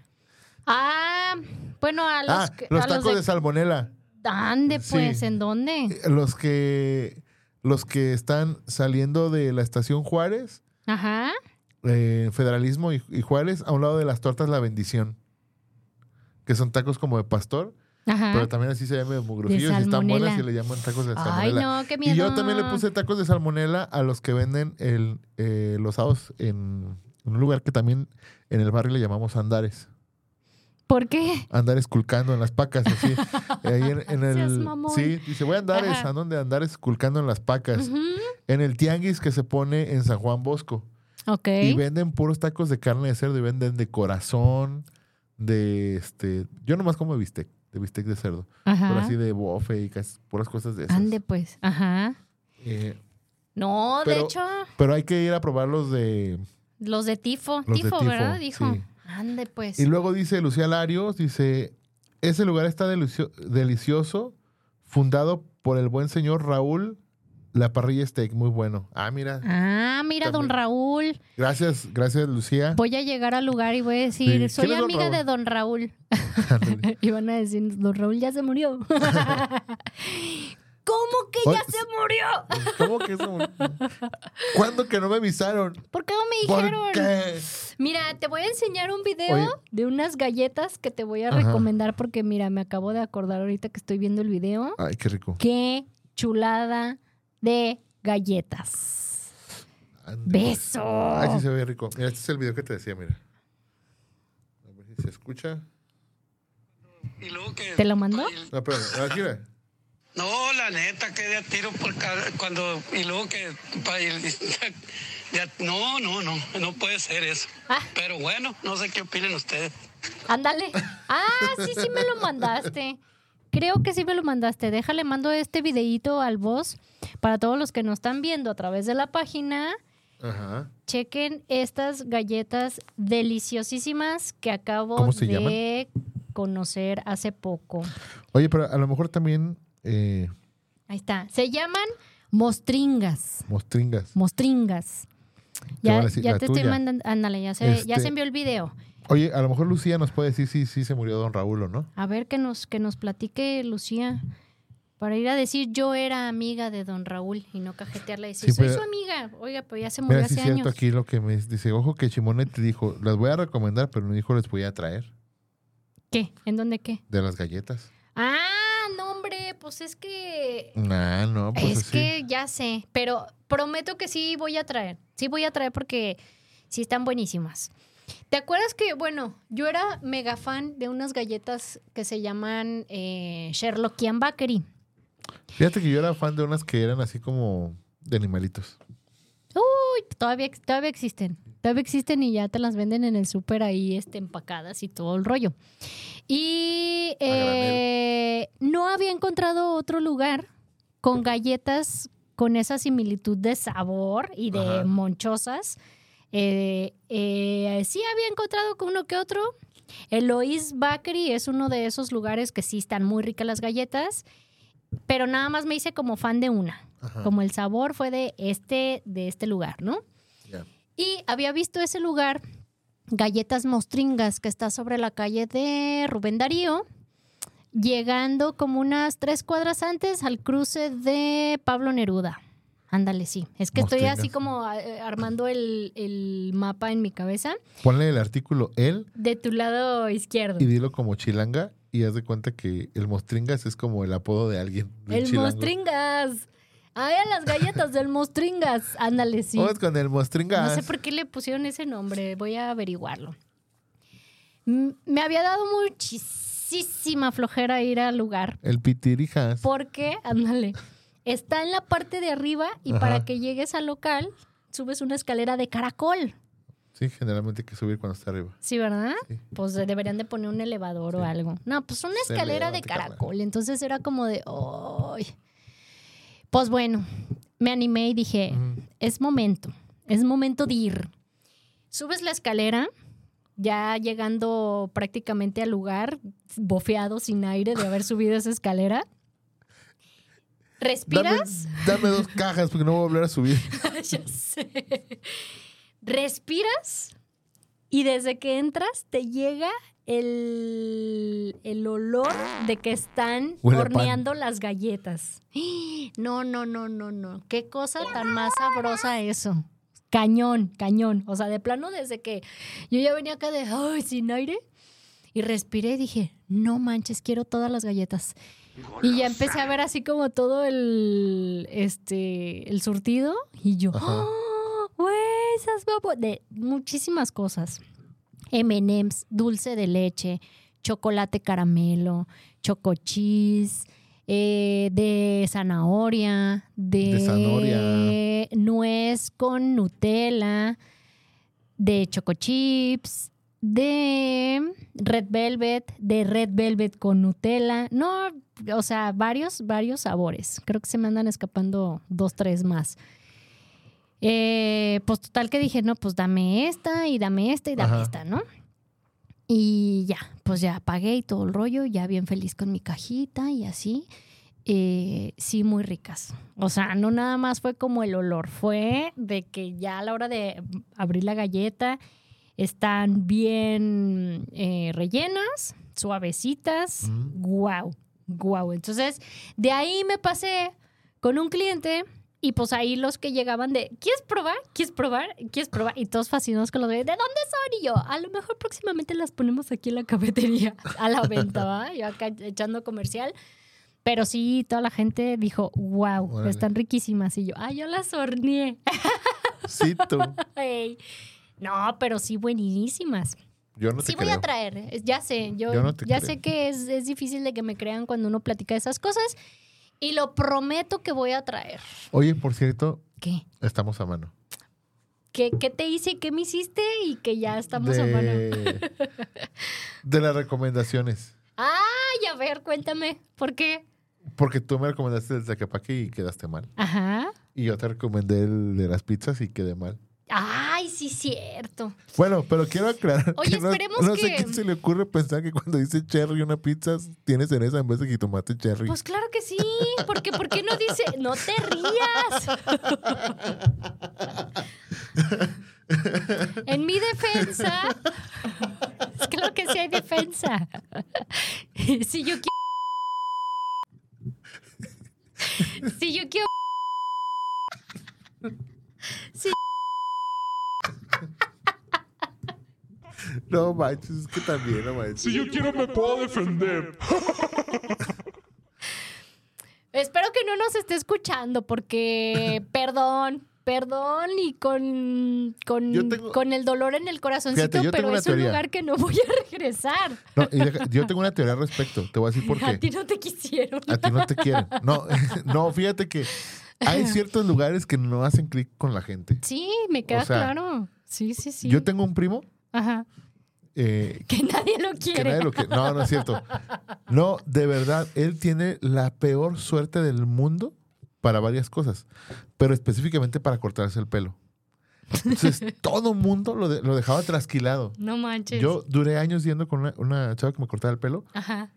Speaker 1: Ah, bueno, a los,
Speaker 2: Ah,
Speaker 1: que-
Speaker 2: los
Speaker 1: a los
Speaker 2: tacos de salmonela.
Speaker 1: ¿Dónde,
Speaker 2: Sí.
Speaker 1: pues? ¿En dónde?
Speaker 2: Eh, los que los que están saliendo de la estación Juárez,
Speaker 1: Ajá.
Speaker 2: eh, Federalismo y, y Juárez, a un lado de las tortas La Bendición, que son tacos como de pastor, pero
Speaker 1: Ajá.
Speaker 2: también así se llaman mugrosillos y están
Speaker 1: Ah. salmonela.
Speaker 2: buenas y le llaman tacos de
Speaker 1: Ay,
Speaker 2: salmonela.
Speaker 1: no, qué miedo.
Speaker 2: y yo también le puse tacos de salmonela a los que venden el, eh, los aos en un lugar que también en el barrio le llamamos Andares.
Speaker 1: ¿Por qué?
Speaker 2: andar esculcando en las pacas, así. Ahí en, en
Speaker 1: Seas
Speaker 2: el,
Speaker 1: mamón.
Speaker 2: sí, dice, voy a andar, es,
Speaker 1: Ajá.
Speaker 2: ¿a dónde andar esculcando en las pacas?
Speaker 1: Ujú.
Speaker 2: En el tianguis que se pone en San Juan Bosco.
Speaker 1: Ok.
Speaker 2: Y venden puros tacos de carne de cerdo y venden de corazón, de este... Yo nomás como de bistec, de bistec de cerdo. Pero
Speaker 1: Ajá.
Speaker 2: así de bofe y casi puras cosas de esas.
Speaker 1: Ande, pues. Ajá.
Speaker 2: Eh,
Speaker 1: No, de
Speaker 2: Pero-
Speaker 1: hecho,
Speaker 2: pero hay que ir a probarlos de...
Speaker 1: los de tifo.
Speaker 2: Los de
Speaker 1: tifo,
Speaker 2: tifo,
Speaker 1: ¿verdad? Dijo.
Speaker 2: sí.
Speaker 1: Ande, pues.
Speaker 2: Y luego dice Lucía Larios, dice, ese lugar está delicio- delicioso, fundado por el buen señor Raúl La Parrilla Steak, muy bueno. Ah, mira,
Speaker 1: Ah, mira, don
Speaker 2: También.
Speaker 1: Raúl.
Speaker 2: gracias, gracias Lucía.
Speaker 1: Voy a llegar al lugar y voy a decir,
Speaker 2: Sí.
Speaker 1: soy
Speaker 2: ¿Quién es don
Speaker 1: amiga de
Speaker 2: Raúl?
Speaker 1: don Raúl. Y van a decir, don Raúl ya se murió. ¿Cómo que
Speaker 2: Oye,
Speaker 1: ya se murió?
Speaker 2: ¿Cómo que eso? ¿Cuándo que no me avisaron?
Speaker 1: ¿Por qué no me
Speaker 2: ¿Por
Speaker 1: dijeron?
Speaker 2: qué?
Speaker 1: Mira, te voy a enseñar un video
Speaker 2: Oye.
Speaker 1: de unas galletas que te voy a
Speaker 2: Ajá.
Speaker 1: recomendar porque mira, me acabo de acordar ahorita que estoy viendo el video.
Speaker 2: Ay, qué rico.
Speaker 1: Qué chulada de galletas.
Speaker 2: Ande.
Speaker 1: Beso.
Speaker 2: Ay, sí se ve rico. Mira, este es el video que te decía, mira. A ver si se escucha.
Speaker 10: Y luego que-
Speaker 1: ¿Te lo mandó?
Speaker 2: No, espérame, aquí ve.
Speaker 10: No, la neta, que de a tiro por cada- cuando. Y luego que. pa- y- de a- no, no, no, no puede ser eso.
Speaker 1: Ah.
Speaker 10: Pero bueno, no sé qué opinen ustedes.
Speaker 1: Ándale. Ah, sí, sí me lo mandaste. Creo que sí me lo mandaste. Déjale, mando este videíto al voz para todos los que nos están viendo a través de la página.
Speaker 2: Ajá.
Speaker 1: Chequen estas galletas deliciosísimas que acabo
Speaker 2: ¿Cómo se
Speaker 1: de conocer hace poco.
Speaker 2: Oye, pero a lo mejor también eh,
Speaker 1: Ahí está. Se llaman mostringas.
Speaker 2: mostringas.
Speaker 1: Mostringas.
Speaker 2: Te van
Speaker 1: Ya,
Speaker 2: a decir,
Speaker 1: ya
Speaker 2: la
Speaker 1: te
Speaker 2: tuya.
Speaker 1: estoy mandando. Ándale, ya se, ya
Speaker 2: Este-
Speaker 1: se envió el video.
Speaker 2: Oye, a lo mejor Lucía nos puede decir si sí, se murió Don Raúl o no.
Speaker 1: A ver que nos, que nos platique Lucía. Para ir a decir yo era amiga de don Raúl y no cajetearla y decir,
Speaker 2: Sí,
Speaker 1: soy
Speaker 2: pero-
Speaker 1: su amiga. Oiga, pues ya se murió
Speaker 2: Mira, sí
Speaker 1: hace
Speaker 2: es cierto
Speaker 1: años.
Speaker 2: aquí lo que me dice. Ojo que Chimonet te dijo, las voy a recomendar, pero no dijo les voy a traer
Speaker 1: ¿Qué? ¿En dónde qué?
Speaker 2: de las galletas.
Speaker 1: Ah, no, hombre, pues es que.
Speaker 2: Nah, no, pues
Speaker 1: es
Speaker 2: así.
Speaker 1: que ya sé. Pero prometo que sí voy a traer. Sí voy a traer porque sí están buenísimas. ¿Te acuerdas que, bueno, yo era mega fan de unas galletas que se llaman eh, Sherlockian Bakery?
Speaker 2: Fíjate que yo era fan de unas que eran así como de animalitos.
Speaker 1: Uy, todavía, ex- todavía existen. Todavía existen y ya te las venden en el súper ahí este, empacadas y todo el rollo. Y eh, no había encontrado otro lugar con galletas con esa similitud de sabor y de
Speaker 2: Ajá.
Speaker 1: monchosas. Eh, eh, sí había encontrado con uno que otro. Eloís Bakery es uno de esos lugares que sí están muy ricas las galletas, pero nada más me hice como fan de una
Speaker 2: Ajá.
Speaker 1: como el sabor fue de este, de este lugar, ¿no?
Speaker 2: Ya.
Speaker 1: Y había visto ese lugar, Galletas Mostringas, que está sobre la calle de Rubén Darío, llegando como unas tres cuadras antes al cruce de Pablo Neruda. Ándale, sí. Es que
Speaker 2: Mostringas.
Speaker 1: estoy así como eh, armando el, el mapa en mi cabeza.
Speaker 2: Ponle el artículo él
Speaker 1: De tu lado izquierdo.
Speaker 2: y dilo como chilanga y y haz de cuenta que el Mostringas es como el apodo de alguien. del
Speaker 1: El
Speaker 2: chilango.
Speaker 1: mostringas. Ay, a las galletas del mostringas. Ándale, sí.
Speaker 2: Vamos Oh, con el Mostringas.
Speaker 1: No sé por qué le pusieron ese nombre, voy a averiguarlo. Mm, Me había dado muchísima flojera ir al lugar.
Speaker 2: El Pitirijas.
Speaker 1: Porque, ándale, está en la parte de arriba y
Speaker 2: Ajá.
Speaker 1: para que llegues al local subes una escalera de caracol.
Speaker 2: Sí, generalmente hay que subir cuando está arriba.
Speaker 1: Sí, ¿verdad?
Speaker 2: Sí.
Speaker 1: Pues eh, deberían de poner un elevador o
Speaker 2: Sí.
Speaker 1: algo. No, pues una
Speaker 2: Se
Speaker 1: escalera de
Speaker 2: levanta, carnal.
Speaker 1: caracol. Entonces era como de, ¡ay! Pues bueno, me animé y dije,
Speaker 2: Ujú.
Speaker 1: es momento, es momento de ir. Subes la escalera, ya llegando prácticamente al lugar, bofeado, sin aire de haber subido esa escalera.
Speaker 2: Dame,
Speaker 1: ¿Respiras?
Speaker 2: dame dos cajas porque no voy a volver a subir.
Speaker 1: ya sé. Respiras y desde que entras te llega el, el olor de que están
Speaker 2: Huele a pan.
Speaker 1: horneando las galletas. No, no, no, no, no. Qué cosa tan más sabrosa eso. Cañón, cañón. O sea, de plano desde que yo ya venía acá de, ay, sin aire. Y respiré y dije, no manches, quiero todas las galletas. Y ya empecé a ver así como todo el este el surtido y yo,
Speaker 2: Ajá.
Speaker 1: ¡Ah! güey, esas babo-! de muchísimas cosas. M&M's, dulce de leche, chocolate caramelo, choco cheese, eh, de zanahoria, de,
Speaker 2: De zanahoria.
Speaker 1: nuez con Nutella, de choco chips, de red velvet, de red velvet con Nutella. No, o sea, varios, varios sabores. Creo que se me andan escapando dos, tres más. Eh, pues total que dije, no, pues dame esta y dame esta y dame
Speaker 2: Ajá.
Speaker 1: esta, ¿no? Y ya, pues ya pagué y todo el rollo, ya bien feliz con mi cajita y así. Eh, sí, muy ricas. O sea, no nada más fue como el olor, fue de que ya a la hora de abrir la galleta están bien eh, rellenas, suavecitas.
Speaker 2: Mm.
Speaker 1: Guau, guau. Entonces, de ahí me pasé con un cliente y pues ahí los que llegaban de, ¿quieres probar? ¿Quieres probar? ¿Quieres probar? Y todos fascinados con los de, ¿de dónde son? Y yo, a lo mejor próximamente las ponemos aquí en la cafetería a la venta, ¿va? Yo acá echando comercial. Pero sí, toda la gente dijo, wow,
Speaker 2: Órale.
Speaker 1: están riquísimas. Y yo, ah, yo las horneé.
Speaker 2: Sí, tú.
Speaker 1: Ey. No, pero sí, buenísimas.
Speaker 2: Yo no te
Speaker 1: sí voy
Speaker 2: creo.
Speaker 1: a traer, eh, ya sé, yo,
Speaker 2: Yo no te
Speaker 1: ya
Speaker 2: creo.
Speaker 1: sé que es, es difícil de que me crean cuando uno platica esas cosas y lo prometo que voy a traer.
Speaker 2: Oye, por cierto,
Speaker 1: ¿Qué?
Speaker 2: estamos a mano.
Speaker 1: ¿Qué, qué te hice, qué me hiciste y que ya estamos a mano?
Speaker 2: mano. De las recomendaciones.
Speaker 1: Ay, a ver, cuéntame, ¿por qué? porque
Speaker 2: Porque tú me recomendaste el Zacapaki y quedaste mal.
Speaker 1: Ajá.
Speaker 2: Y yo te recomendé el de las pizzas y quedé mal.
Speaker 1: Ay, sí, cierto.
Speaker 2: Bueno, pero quiero aclarar.
Speaker 1: Oye,
Speaker 2: que no,
Speaker 1: esperemos
Speaker 2: no sé
Speaker 1: que-
Speaker 2: quién se le ocurre pensar que cuando dice cherry una pizza tiene cereza en vez de jitomate cherry.
Speaker 1: Pues claro que sí, porque ¿por qué no dice, no te rías? En mi defensa, es claro que sí hay defensa. Si yo quiero... Si yo quiero...
Speaker 2: No manches, es que también, no manches.
Speaker 4: Si yo quiero me puedo defender.
Speaker 1: Espero que no nos esté escuchando porque, perdón, perdón y con,
Speaker 2: Yo
Speaker 1: con,
Speaker 2: tengo-
Speaker 1: con el dolor en el corazoncito,
Speaker 2: Fíjate, yo tengo
Speaker 1: pero
Speaker 2: una
Speaker 1: es un
Speaker 2: teoría.
Speaker 1: lugar que no voy a regresar.
Speaker 2: No, y deja- yo tengo una teoría al respecto. Te voy a decir por
Speaker 1: A
Speaker 2: qué.
Speaker 1: ti no te quisieron.
Speaker 2: A ti no te quieren. No, no, fíjate que hay ciertos lugares que no hacen clic con la gente.
Speaker 1: Sí, me queda
Speaker 2: O sea,
Speaker 1: claro. Sí, sí, sí.
Speaker 2: Yo tengo un primo
Speaker 1: Ajá.
Speaker 2: eh,
Speaker 1: Que nadie lo
Speaker 2: que
Speaker 1: quiere.
Speaker 2: nadie lo que. No, no es cierto. No, de verdad, él tiene la peor suerte del mundo para varias cosas, pero específicamente para cortarse el pelo. Entonces, todo mundo lo, de- lo dejaba trasquilado.
Speaker 1: No manches.
Speaker 2: Yo duré años yendo con una, una chava que me cortaba el pelo
Speaker 1: Ajá.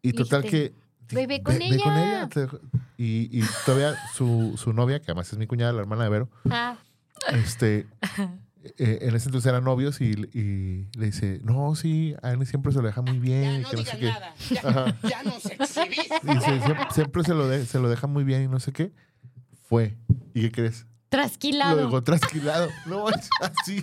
Speaker 2: y total
Speaker 1: Dijiste,
Speaker 2: que.
Speaker 1: este, "Ve, ve con ella".
Speaker 2: te dejo- y, y todavía su, su novia, que además es mi cuñada, la hermana de Vero,
Speaker 1: Ah,
Speaker 2: este, eh, en ese entonces eran novios y, y le dice, no, sí, a él siempre se lo deja muy bien. y que no sé qué". Ajá.
Speaker 9: Ya nos exhibiste.
Speaker 2: Y dice, "Siem- siempre se lo, de- se lo deja muy bien y no sé qué. Fue. ¿Y qué crees? Lo
Speaker 1: trasquilado.
Speaker 2: dejó trasquilado. No, así.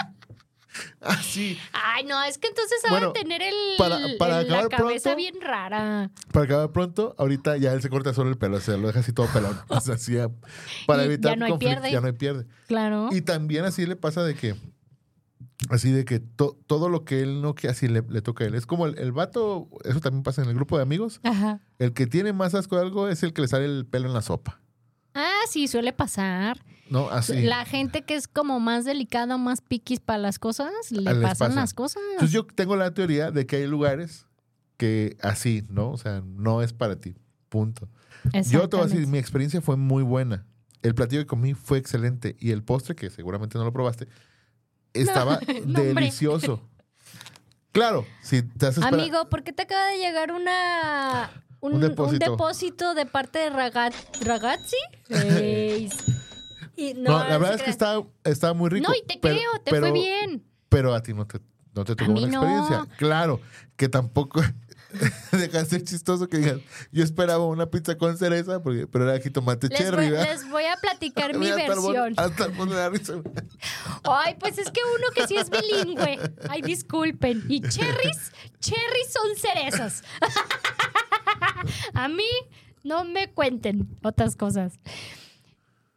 Speaker 2: Así.
Speaker 1: Ay, no, es que entonces saben
Speaker 2: Bueno,
Speaker 1: tener el,
Speaker 2: para- para
Speaker 1: el- la
Speaker 2: acabar
Speaker 1: cabeza
Speaker 2: pronto-
Speaker 1: bien rara.
Speaker 2: Para acabar pronto, ahorita ya él se corta solo el pelo, se lo deja así todo pelón. O sea, así ya- para
Speaker 1: Y
Speaker 2: evitar
Speaker 1: ya no hay
Speaker 2: conflicto,
Speaker 1: pierde.
Speaker 2: ya no hay pierde.
Speaker 1: Claro.
Speaker 2: Y también así le pasa de que, así de que to- todo lo que él no que así le, le toca a él. Es como el, el vato, eso también pasa en el grupo de amigos,
Speaker 1: Ajá.
Speaker 2: el que tiene más asco de algo es el que le sale el pelo en la sopa.
Speaker 1: Ah, sí, suele pasar.
Speaker 2: No, así.
Speaker 1: La gente que es como más delicada, más piquis para las cosas, le
Speaker 2: Ah, les
Speaker 1: pasan
Speaker 2: pasa.
Speaker 1: las cosas.
Speaker 2: Entonces yo tengo la teoría de que hay lugares que así, ¿no? O sea, no es para ti. Punto. Yo te voy a decir,
Speaker 1: Exactamente.
Speaker 2: mi experiencia fue muy buena. El platillo que comí fue excelente y el postre, que seguramente no lo probaste, estaba
Speaker 1: no, hombre.
Speaker 2: delicioso. Claro, si te haces para-
Speaker 1: Amigo, ¿por qué te acaba de llegar una un,
Speaker 2: Un
Speaker 1: un depósito.
Speaker 2: depósito.
Speaker 1: de parte de Raga- Ragazzi? Ey. Y no,
Speaker 2: No,
Speaker 1: no
Speaker 2: la
Speaker 1: se
Speaker 2: verdad es que
Speaker 1: crea.
Speaker 2: estaba, estaba muy rico.
Speaker 1: No, y te
Speaker 2: pero-
Speaker 1: creo, te
Speaker 2: pero-
Speaker 1: fue bien.
Speaker 2: Pero a ti no te, no te
Speaker 1: A
Speaker 2: tocó
Speaker 1: mí
Speaker 2: una
Speaker 1: no.
Speaker 2: experiencia. Claro, que tampoco deja de ser chistoso que digas, yo esperaba una pizza con cereza, porque- pero era jitomate
Speaker 1: Les
Speaker 2: cherry,
Speaker 1: voy,
Speaker 2: ¿verdad?
Speaker 1: les voy a platicar mi
Speaker 2: Mira, hasta el mono-
Speaker 1: versión.
Speaker 2: Hasta el mono de la risa.
Speaker 1: Ay, pues es que uno que sí es bilingüe. Ay, disculpen. Y cherries, cherries son cerezas. A mí no me cuenten otras cosas.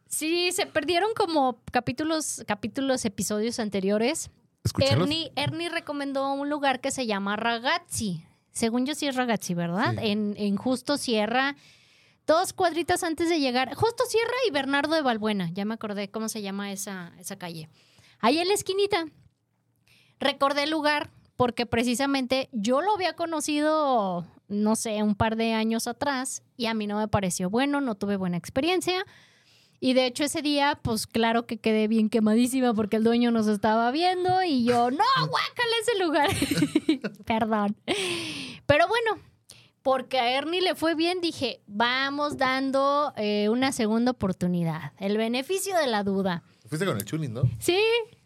Speaker 1: Sí, se perdieron como capítulos, capítulos, episodios anteriores.
Speaker 2: Escúchalos.
Speaker 1: Ernie, Ernie recomendó un lugar que se llama Ragazzi. Según yo sí es Ragazzi, ¿verdad?
Speaker 2: Sí.
Speaker 1: En, en Justo Sierra. Dos cuadritas antes de llegar. Justo Sierra y Bernardo de Balbuena. Ya me acordé cómo se llama esa, esa calle. Ahí en la esquinita. Recordé el lugar porque precisamente yo lo había conocido, no sé, un par de años atrás y a mí no me pareció bueno, no tuve buena experiencia. Y de hecho ese día, pues claro que quedé bien quemadísima porque el dueño nos estaba viendo y yo, no, guácala ese lugar. Perdón. Pero bueno, porque a Ernie le fue bien, dije, vamos dando eh, una segunda oportunidad. El beneficio de la duda.
Speaker 2: Fuiste con el chunin, ¿no?
Speaker 1: Sí,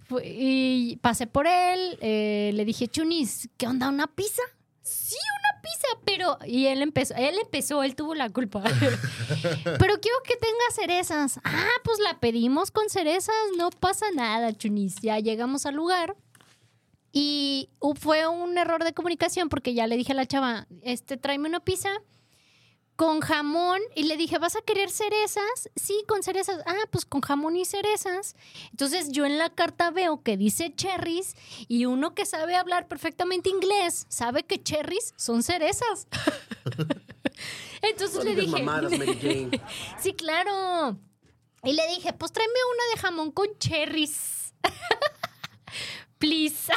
Speaker 1: fu- y pasé por él, eh, le dije, Chunis, ¿qué onda? ¿Una pizza? Sí, una pizza, pero... Y él empezó, él empezó, él tuvo la culpa. pero quiero que tenga cerezas. Ah, pues la pedimos con cerezas, no pasa nada, Chunis. Ya llegamos al lugar. Y hu- fue un error de comunicación porque ya le dije a la chava, este, tráeme una pizza con jamón. Y le dije, ¿vas a querer cerezas? Sí, con cerezas. Ah, pues con jamón y cerezas. Entonces yo en la carta veo que dice cherries y uno que sabe hablar perfectamente inglés sabe que cherries son cerezas. Entonces le
Speaker 6: digas
Speaker 1: dije,
Speaker 6: mamadas, Mary Jane.
Speaker 1: sí, claro. Y le dije, pues tráeme una de jamón con cherries. Please.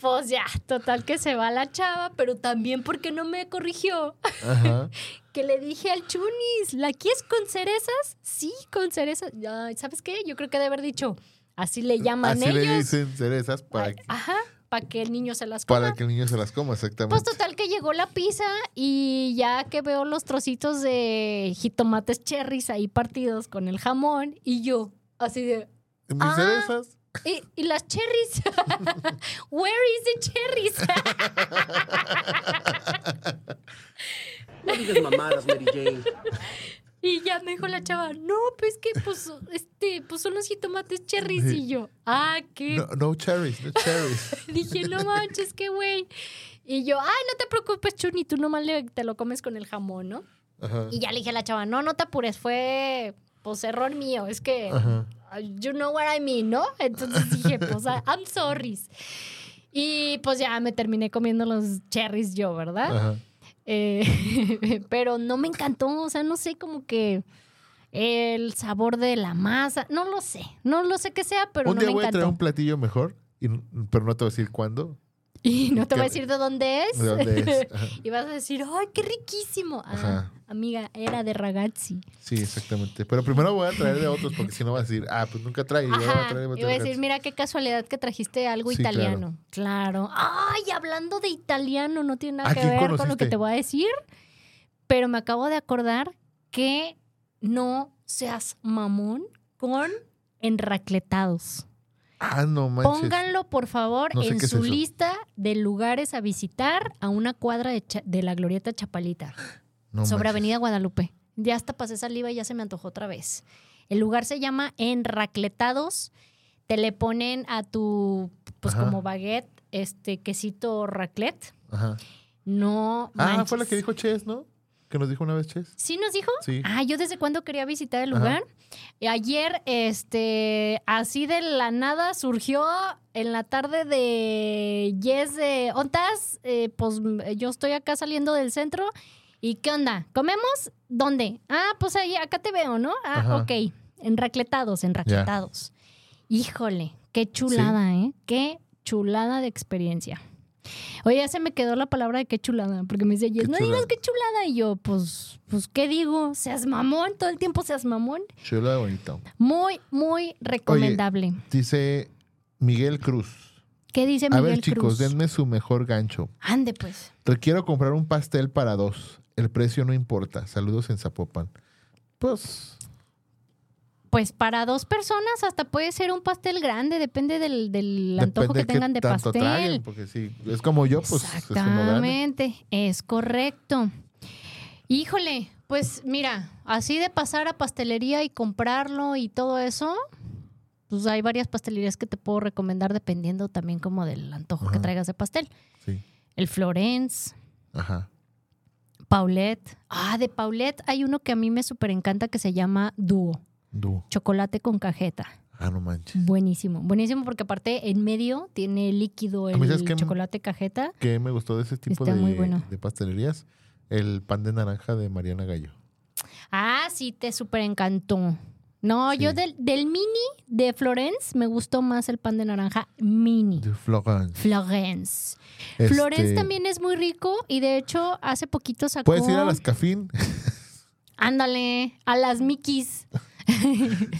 Speaker 1: pues ya, total que se va la chava, pero también porque no me corrigió
Speaker 2: Ajá.
Speaker 1: que le dije al Chunis, ¿la quieres con cerezas? Sí, con cerezas. Ay, ¿Sabes qué? Yo creo que de haber dicho, así le llaman
Speaker 2: Así
Speaker 1: ellos.
Speaker 2: le dicen cerezas para,
Speaker 1: Ajá, para que el niño se las coma.
Speaker 2: para que el niño se las coma, exactamente.
Speaker 1: Pues total que llegó la pizza y ya que veo los trocitos de jitomates cherries ahí partidos con el jamón y yo así de
Speaker 2: Mis
Speaker 1: ah.
Speaker 2: cerezas.
Speaker 1: y, y las cherries. Where is the cherries?
Speaker 6: No digas mamadas, Mary Jane.
Speaker 1: y ya me dijo la chava, "No, pues que pues este pues son los jitomates cherries." Y yo, "Ah, qué
Speaker 2: No, no cherries, no cherries.
Speaker 1: Dije, no manches, qué güey. Y yo, ay, no te preocupes, Chuni, tú nomás le- te lo comes con el jamón, ¿no?
Speaker 2: Ajá.
Speaker 1: Y ya le dije a la chava, no, no te apures, fue pues error mío, es que uh,
Speaker 2: Ajá.
Speaker 1: you know what I mean, ¿no? Entonces dije, pues I- I'm sorry. Y pues ya me terminé comiendo los cherries yo, ¿verdad?
Speaker 2: Ajá.
Speaker 1: Eh, pero no me encantó, o sea, no sé como que el sabor de la masa, no lo sé, no lo sé qué sea, pero
Speaker 2: un
Speaker 1: no
Speaker 2: día
Speaker 1: me
Speaker 2: voy a traer
Speaker 1: encantó.
Speaker 2: un platillo mejor, y, pero no te voy a decir cuándo,
Speaker 1: Y no te voy a
Speaker 2: que-
Speaker 1: decir de dónde es.
Speaker 2: de dónde es. Ajá.
Speaker 1: Y vas a decir, ¡ay, qué riquísimo! Ah,
Speaker 2: Ajá.
Speaker 1: Amiga, era de ragazzi.
Speaker 2: Sí, exactamente. Pero primero voy a traer de otros porque si no vas a decir, ah, pues nunca trae. y yo voy a
Speaker 1: Ajá.
Speaker 2: traer de
Speaker 1: Y voy a decir,
Speaker 2: otros.
Speaker 1: mira qué casualidad que trajiste algo
Speaker 2: Sí,
Speaker 1: italiano. Claro. Ay, hablando de italiano, no tiene
Speaker 2: ¿A
Speaker 1: nada que
Speaker 2: quién
Speaker 1: ver con lo que
Speaker 2: Ah, conociste?
Speaker 1: te voy a decir. Pero me acabo de acordar que no seas mamón con enracletados.
Speaker 2: Ah, no manches.
Speaker 1: Pónganlo, por favor,
Speaker 2: No sé
Speaker 1: en
Speaker 2: qué es
Speaker 1: su
Speaker 2: eso.
Speaker 1: lista de lugares a visitar a una cuadra de, Cha- de la Glorieta Chapalita.
Speaker 2: No
Speaker 1: sobre
Speaker 2: manches.
Speaker 1: Avenida Guadalupe. Ya hasta pasé saliva y ya se me antojó otra vez. El lugar se llama Enracletados. Te le ponen a tu, pues
Speaker 2: Ajá.
Speaker 1: como baguette, este quesito raclet.
Speaker 2: Ajá.
Speaker 1: No.
Speaker 2: Ah,
Speaker 1: manches.
Speaker 2: fue la que dijo Ches, ¿no? Que nos dijo una vez Ches.
Speaker 1: ¿Sí nos dijo?
Speaker 2: Sí.
Speaker 1: Ah, yo desde cuándo quería visitar el
Speaker 2: Ajá.
Speaker 1: lugar. Y Ayer, este, así de la nada surgió en la tarde de Yes de Ontas, eh, pues m- yo estoy acá saliendo del centro. ¿Y qué onda? ¿Comemos? ¿Dónde? Ah, pues ahí, acá te veo, ¿no? Ah,
Speaker 2: Ajá.
Speaker 1: ok. Enracletados, enracletados. Híjole, qué chulada, ¿eh? Qué chulada de experiencia. Oye, ya se me quedó la palabra de qué chulada, porque me dice, Yes,
Speaker 2: Qué
Speaker 1: no digas
Speaker 2: chulada.
Speaker 1: qué chulada. Y yo, pues, pues, ¿qué digo? Seas mamón, todo el tiempo seas mamón.
Speaker 2: Chulo de bonito.
Speaker 1: Muy, muy recomendable.
Speaker 2: Dice Miguel Cruz.
Speaker 1: ¿Qué dice
Speaker 2: A
Speaker 1: Miguel
Speaker 2: ver, chicos,
Speaker 1: Cruz?
Speaker 2: denme su mejor gancho.
Speaker 1: Ande, pues.
Speaker 2: Requiero comprar un pastel para dos. El precio no importa. Saludos en Zapopan. Pues,
Speaker 1: Pues para dos personas hasta puede ser un pastel grande, depende del, del antojo
Speaker 2: depende
Speaker 1: que tengan
Speaker 2: qué
Speaker 1: de
Speaker 2: tanto
Speaker 1: pastel.
Speaker 2: traguen, porque si es como yo, pues es uno grande.
Speaker 1: Exactamente, es correcto. Híjole, pues mira, así de pasar a pastelería y comprarlo y todo eso, pues hay varias pastelerías que te puedo recomendar dependiendo también como del antojo que
Speaker 2: Ajá.
Speaker 1: traigas de pastel.
Speaker 2: Sí.
Speaker 1: El Florence,
Speaker 2: Ajá.
Speaker 1: Paulette. Ah, de Paulette hay uno que a mí me súper encanta que se llama Dúo,
Speaker 2: Dúo.
Speaker 1: chocolate con cajeta.
Speaker 2: Ah, no manches.
Speaker 1: Buenísimo, buenísimo porque aparte en medio tiene líquido
Speaker 2: A mí, ¿sabes
Speaker 1: el
Speaker 2: qué?
Speaker 1: chocolate cajeta.
Speaker 2: ¿Qué me gustó de ese tipo
Speaker 1: Está
Speaker 2: de,
Speaker 1: muy bueno.
Speaker 2: de pastelerías? El pan de naranja de Mariana Gallo.
Speaker 1: Ah, sí, te súper encantó. No,
Speaker 2: Sí.
Speaker 1: yo del, del mini de Florence me gustó más el pan de naranja mini.
Speaker 2: De Florence.
Speaker 1: Florence.
Speaker 2: Este,
Speaker 1: Florence también es muy rico y de hecho hace poquito sacó.
Speaker 2: Puedes ir a las Cafín.
Speaker 1: Ándale, a las Mickeys.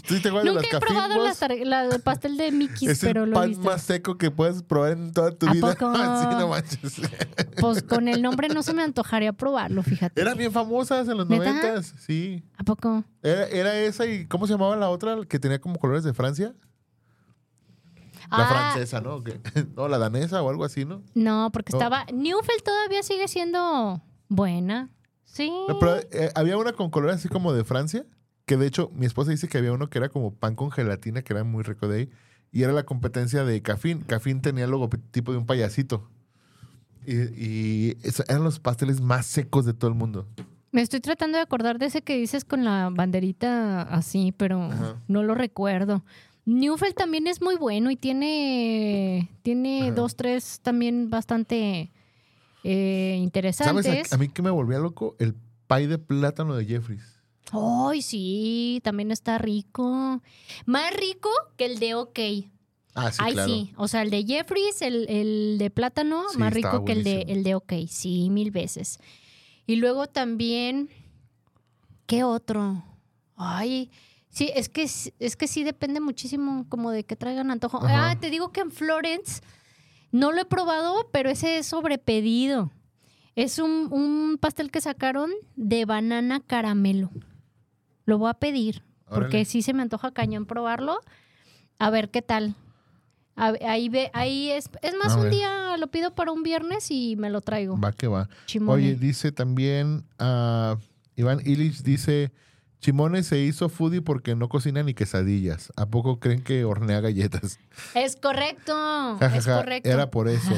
Speaker 2: ¿Sí te acuerdas de
Speaker 1: Nunca
Speaker 2: las
Speaker 1: he
Speaker 2: Cafín?
Speaker 1: probado las
Speaker 2: Boss?
Speaker 1: tar- la, el pastel de Mickeys,
Speaker 2: Es
Speaker 1: pero
Speaker 2: el
Speaker 1: lo he
Speaker 2: pan
Speaker 1: visto.
Speaker 2: más seco que puedes probar en toda tu
Speaker 1: ¿A
Speaker 2: vida.
Speaker 1: poco?
Speaker 2: Sí, no manches.
Speaker 1: Pues con el nombre no se me antojaría probarlo, fíjate.
Speaker 2: Eran bien famosas en los
Speaker 1: ¿Neta?
Speaker 2: noventas. Sí.
Speaker 1: ¿A poco?
Speaker 2: Era, era esa y ¿cómo se llamaba la otra? Que tenía como colores de Francia. La
Speaker 1: Ah,
Speaker 2: francesa, ¿no? Que- No, la danesa o algo así, ¿no?
Speaker 1: No, porque
Speaker 2: No.
Speaker 1: estaba. Newfeld todavía sigue siendo buena. Sí.
Speaker 2: No, pero, eh, había una con colores así como de Francia, que de hecho mi esposa dice que había uno que era como pan con gelatina, que era muy rico de ahí, y era la competencia de Cafín. Cafín tenía el logotipo de un payasito. Y, y eso- eran los pasteles más secos de todo el mundo.
Speaker 1: Me estoy tratando de acordar de ese que dices con la banderita así, pero
Speaker 2: Ajá.
Speaker 1: no lo recuerdo. Newfeld también es muy bueno y tiene, tiene
Speaker 2: Ajá.
Speaker 1: dos, tres también bastante eh,
Speaker 2: ¿Sabes?
Speaker 1: interesantes.
Speaker 2: A, a mí que me volvía loco, el pay de plátano de Jeffries.
Speaker 1: ¡Ay, sí! También está rico. Más rico que el de OK.
Speaker 2: Ah, sí,
Speaker 1: Ay,
Speaker 2: claro.
Speaker 1: sí. O sea, el de Jeffries, el, el de plátano,
Speaker 2: Sí,
Speaker 1: más
Speaker 2: estaba
Speaker 1: rico que el de,
Speaker 2: buenísimo.
Speaker 1: el de OK. Sí, mil veces. Y luego también, ¿qué otro? Ay, sí, es que, s- es que sí depende muchísimo como de que traigan antojo.
Speaker 2: Ajá.
Speaker 1: Ah, te digo que en Florence no lo he probado, pero ese es sobrepedido. Es un, un pastel que sacaron de banana caramelo. Lo voy a pedir, porque
Speaker 2: Órale.
Speaker 1: sí se me antoja cañón probarlo. A ver qué tal. A- ahí ve, ahí es, es más
Speaker 2: A
Speaker 1: un
Speaker 2: ver.
Speaker 1: día lo pido para un viernes y me lo traigo.
Speaker 2: Va que va.
Speaker 1: Chimone.
Speaker 2: Oye, dice también ah, Iván Illich dice Chimones se hizo foodie porque no cocina ni quesadillas. ¿A poco creen que hornea galletas?
Speaker 1: Es correcto,
Speaker 2: Ja, ja,
Speaker 1: es
Speaker 2: ja,
Speaker 1: correcto.
Speaker 2: Era por eso.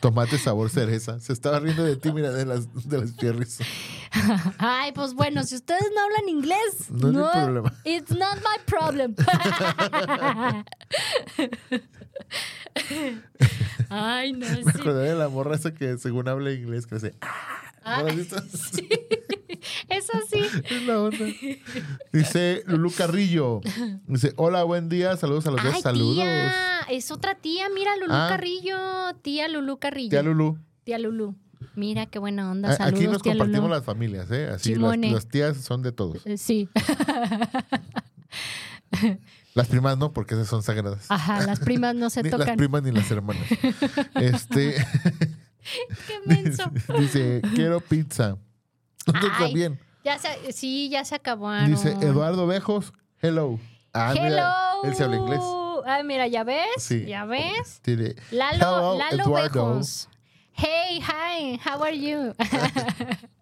Speaker 2: Tomate sabor cereza. Se estaba riendo de ti, mira, de las, de las cherries.
Speaker 1: Ay, pues bueno, si ustedes no hablan inglés,
Speaker 2: No
Speaker 1: no,
Speaker 2: es mi problema.
Speaker 1: it's not my problem. Ay, no,
Speaker 2: Me
Speaker 1: sí.
Speaker 2: acordé de la morra esa que según habla inglés, que hace... "Ah", ¿No lo has visto?
Speaker 1: Eso sí.
Speaker 2: Es la onda. Dice Lulu Carrillo. Dice, hola, buen día. Saludos a los dos.
Speaker 1: Ay,
Speaker 2: Saludos.
Speaker 1: tía, es otra tía, mira, Lulú
Speaker 2: Ah.
Speaker 1: Carrillo, tía Lulú Carrillo.
Speaker 2: Tía Lulu.
Speaker 1: Tía Lulú. Mira qué buena onda,
Speaker 2: A-
Speaker 1: saludos,
Speaker 2: Aquí nos
Speaker 1: tía Lulú.
Speaker 2: compartimos las familias, ¿eh? Así, las,
Speaker 1: Chimone.
Speaker 2: las tías son de todos.
Speaker 1: Eh, Sí,
Speaker 2: Las primas no, porque esas son sagradas.
Speaker 1: ajá, las primas no Ah, se
Speaker 2: ni las
Speaker 1: tocan.
Speaker 2: primas ni las hermanas. este,
Speaker 1: Qué menso.
Speaker 2: dice, quiero pizza. Tú
Speaker 1: Ay,
Speaker 2: también.
Speaker 1: Ya se, sí, ya se acabaron.
Speaker 2: Dice Eduardo Bejos, hello. Ah,
Speaker 1: Hello.
Speaker 2: mira, él se habla inglés.
Speaker 1: Ay, mira, ya ves,
Speaker 2: Sí.
Speaker 1: ya ves.
Speaker 2: Tiene,
Speaker 1: Lalo,
Speaker 2: Hello,
Speaker 1: Lalo
Speaker 2: Eduardo.
Speaker 1: Bejos. Hey, hi, how are you?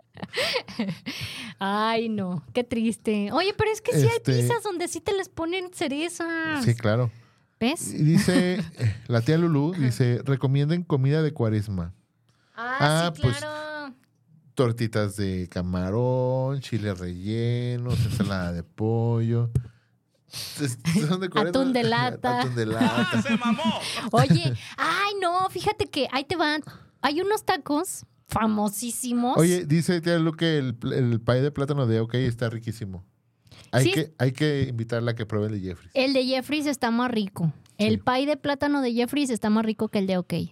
Speaker 1: Ay, no, qué triste. Oye, pero es que sí
Speaker 2: Este-
Speaker 1: hay pizzas donde sí te les ponen cerezas.
Speaker 2: Sí, claro.
Speaker 1: ¿Ves?
Speaker 2: Y dice, eh, la tía Lulú dice, recomienden comida de cuaresma.
Speaker 1: Ah,
Speaker 2: Ah,
Speaker 1: sí,
Speaker 2: pues,
Speaker 1: claro.
Speaker 2: Tortitas de camarón, chiles rellenos, ensalada de pollo. Es- Son de cuaresma.
Speaker 1: Atún de lata.
Speaker 2: Atún de lata. pues.
Speaker 1: Oye, ay, no, fíjate que ahí te van. Hay unos tacos famosísimos.
Speaker 2: Oye, dice tía Lulú que el, pl- el pay de plátano de OK está riquísimo. Hay,
Speaker 1: Sí.
Speaker 2: que, hay que invitarla a que pruebe el de Jeffrey.
Speaker 1: El de Jeffries está más rico.
Speaker 2: Sí.
Speaker 1: El pie de plátano de Jeffries está más rico que el de OK. Sí.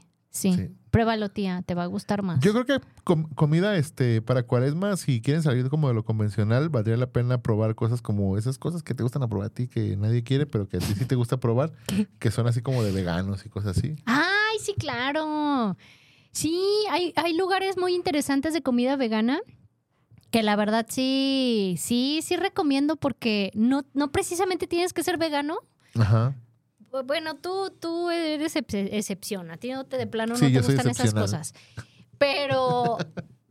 Speaker 2: Sí.
Speaker 1: Pruébalo, tía, te va a gustar más.
Speaker 2: Yo creo que com- comida este para cuaresma, si quieren salir como de lo convencional, valdría la pena probar cosas como esas cosas que te gustan a probar a ti, que nadie quiere, pero que a ti sí te gusta probar, que son así como de veganos y cosas así.
Speaker 1: Ay, sí, claro. Sí, hay, hay lugares muy interesantes de comida vegana que la verdad sí, sí, sí recomiendo porque no, no precisamente tienes que ser vegano.
Speaker 2: Ajá.
Speaker 1: Bu- Bueno, tú, tú eres ex- excepción. A ti no te de plano
Speaker 2: Sí,
Speaker 1: no te
Speaker 2: yo soy
Speaker 1: gustan esas
Speaker 2: excepcional.
Speaker 1: cosas. Pero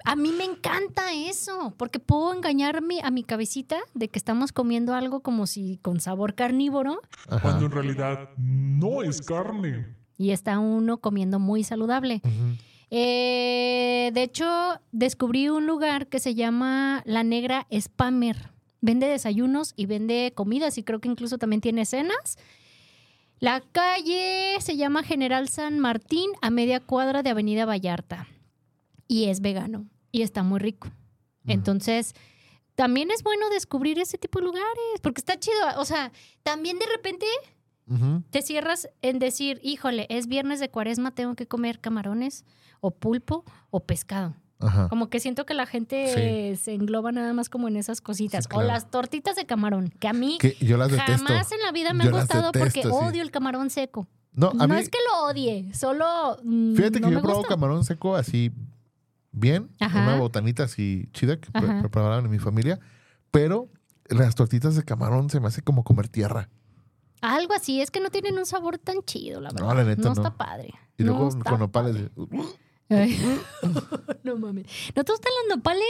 Speaker 1: a mí me encanta eso, porque puedo engañar mi- a mi cabecita de que estamos comiendo algo como si con sabor carnívoro
Speaker 2: Ajá.
Speaker 4: Cuando en realidad no es carne.
Speaker 1: y está uno comiendo muy saludable.
Speaker 2: Ujú.
Speaker 1: Eh, de hecho, descubrí un lugar que se llama La Negra Spammer. Vende desayunos y vende comidas y creo que incluso también tiene cenas. La calle se llama General San Martín a media cuadra de Avenida Vallarta y es vegano y está muy rico. Entonces, también es bueno descubrir ese tipo de lugares porque está chido. O sea, también de repente
Speaker 2: Ujú.
Speaker 1: te cierras en decir, híjole, es viernes de cuaresma, tengo que comer camarones o pulpo o pescado.
Speaker 2: Ajá.
Speaker 1: Como que siento que la gente se engloba nada más como en esas cositas.
Speaker 2: Sí, claro.
Speaker 1: O las tortitas de camarón, que a mí
Speaker 2: Que yo las detesto.
Speaker 1: jamás en la vida me
Speaker 2: Yo
Speaker 1: han
Speaker 2: las
Speaker 1: gustado porque
Speaker 2: detesto, sí.
Speaker 1: odio el camarón seco.
Speaker 2: No, a
Speaker 1: No
Speaker 2: mí,
Speaker 1: es que lo odie, solo mm,
Speaker 2: fíjate que
Speaker 1: no
Speaker 2: yo
Speaker 1: me
Speaker 2: he probado
Speaker 1: gusta.
Speaker 2: camarón seco así bien,
Speaker 1: Ajá.
Speaker 2: una botanita así chida que pre-
Speaker 1: Ajá.
Speaker 2: preparaban en mi familia, pero las tortitas de camarón se me hace como comer tierra.
Speaker 1: Algo así, es que no tienen un sabor tan chido, la verdad.
Speaker 2: No, la neta, no.
Speaker 1: está padre.
Speaker 2: Y
Speaker 1: No
Speaker 2: luego
Speaker 1: está
Speaker 2: con nopales.
Speaker 1: padre.
Speaker 2: de-
Speaker 1: Ay. no mames. ¿No te gustan los nopales?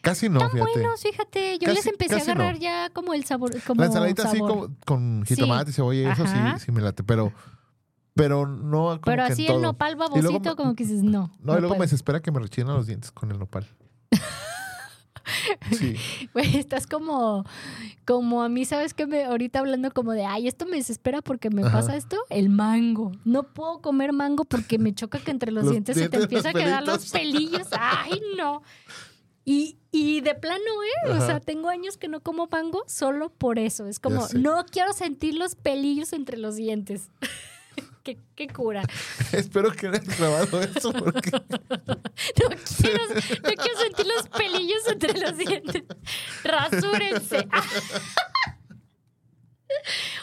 Speaker 2: Casi no,
Speaker 1: Tan
Speaker 2: fíjate.
Speaker 1: buenos, fíjate. Yo
Speaker 2: Casi-
Speaker 1: les empecé a
Speaker 2: casi no.
Speaker 1: agarrar ya como el sabor. Como
Speaker 2: la ensaladita así
Speaker 1: sabor.
Speaker 2: como con jitomate y cebolla y eso
Speaker 1: Ajá.
Speaker 2: sí, sí me late, pero, pero no como
Speaker 1: Pero
Speaker 2: que
Speaker 1: así el
Speaker 2: en todo.
Speaker 1: nopal
Speaker 2: Y luego
Speaker 1: babosito,
Speaker 2: me-
Speaker 1: como que dices, no.
Speaker 2: No, y luego me
Speaker 1: puedo.
Speaker 2: desespera que me rechinan los dientes con el nopal. Sí.
Speaker 1: Güey, estás como, como a mí, ¿sabes qué? Me, ahorita hablando como de, ay, esto me desespera porque me
Speaker 2: Ajá.
Speaker 1: pasa esto. El mango. No puedo comer mango porque me choca que entre los,
Speaker 2: Los
Speaker 1: dientes, se te
Speaker 2: dientes, los
Speaker 1: empieza a quedar los pelillos. Ay, no. Y, y de plano, ¿eh? O
Speaker 2: Ajá.
Speaker 1: sea, tengo años que no como mango solo por eso. Es como,
Speaker 2: sé.
Speaker 1: no quiero sentir los pelillos entre los dientes. qué, qué cura.
Speaker 2: Espero que no hayas grabado eso porque
Speaker 1: No quiero, no quiero sentir los pelillos entre los dientes. Rasúrense. Ah.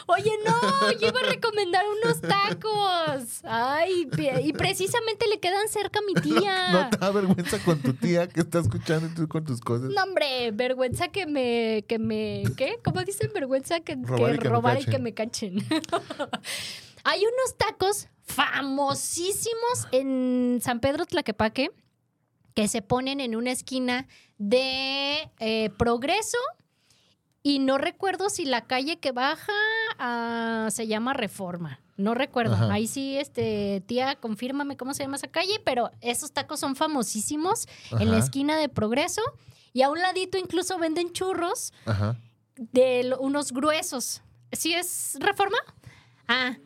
Speaker 1: Oye, no, yo iba a recomendar unos tacos. Ay, pe- y precisamente le quedan cerca a mi
Speaker 2: no
Speaker 1: tía.
Speaker 2: te da vergüenza con tu tía que está escuchando y tú con tus cosas.
Speaker 1: No, hombre, vergüenza que me, que me, ¿qué? ¿Cómo dicen? Vergüenza que que robar,
Speaker 2: Robar y que me
Speaker 1: y
Speaker 2: cachen.
Speaker 1: que me cachen. Hay unos tacos famosísimos en San Pedro Tlaquepaque que se ponen en una esquina de eh, Progreso y no recuerdo si la calle que baja ah, se llama Reforma. No recuerdo.
Speaker 2: Ajá.
Speaker 1: Ahí sí, este, tía, confírmame cómo se llama esa calle, pero esos tacos son famosísimos en la
Speaker 2: Ajá.
Speaker 1: esquina de Progreso y a un ladito incluso venden churros
Speaker 2: Ajá.
Speaker 1: de lo- unos gruesos. ¿Sí es reforma? Ah.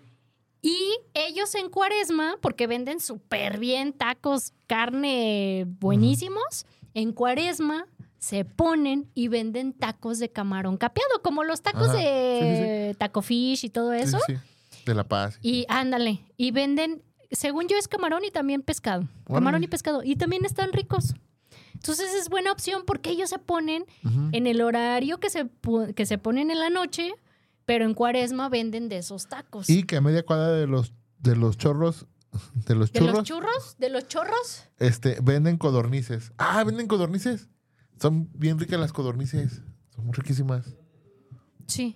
Speaker 1: Y ellos en cuaresma, porque venden súper bien tacos, carne buenísimos, en cuaresma se ponen y venden tacos de camarón capeado, como los tacos
Speaker 2: Ajá.
Speaker 1: de taco fish y todo
Speaker 2: Sí,
Speaker 1: eso.
Speaker 2: sí, sí. De La Paz.
Speaker 1: Y ándale, y venden, según yo es camarón y también pescado. Camarón
Speaker 2: Órale.
Speaker 1: y pescado. Y también están ricos. Entonces es buena opción porque ellos se ponen
Speaker 2: Ujú.
Speaker 1: en el horario que se, pu- que se ponen en la noche, pero en cuaresma venden de esos tacos.
Speaker 2: Y que a media cuadra de los, de los chorros, de los
Speaker 1: de
Speaker 2: churros,
Speaker 1: los churros, de los chorros.
Speaker 2: este, venden codornices. Ah, venden codornices. Son bien ricas las codornices. Son muy riquísimas.
Speaker 1: Sí.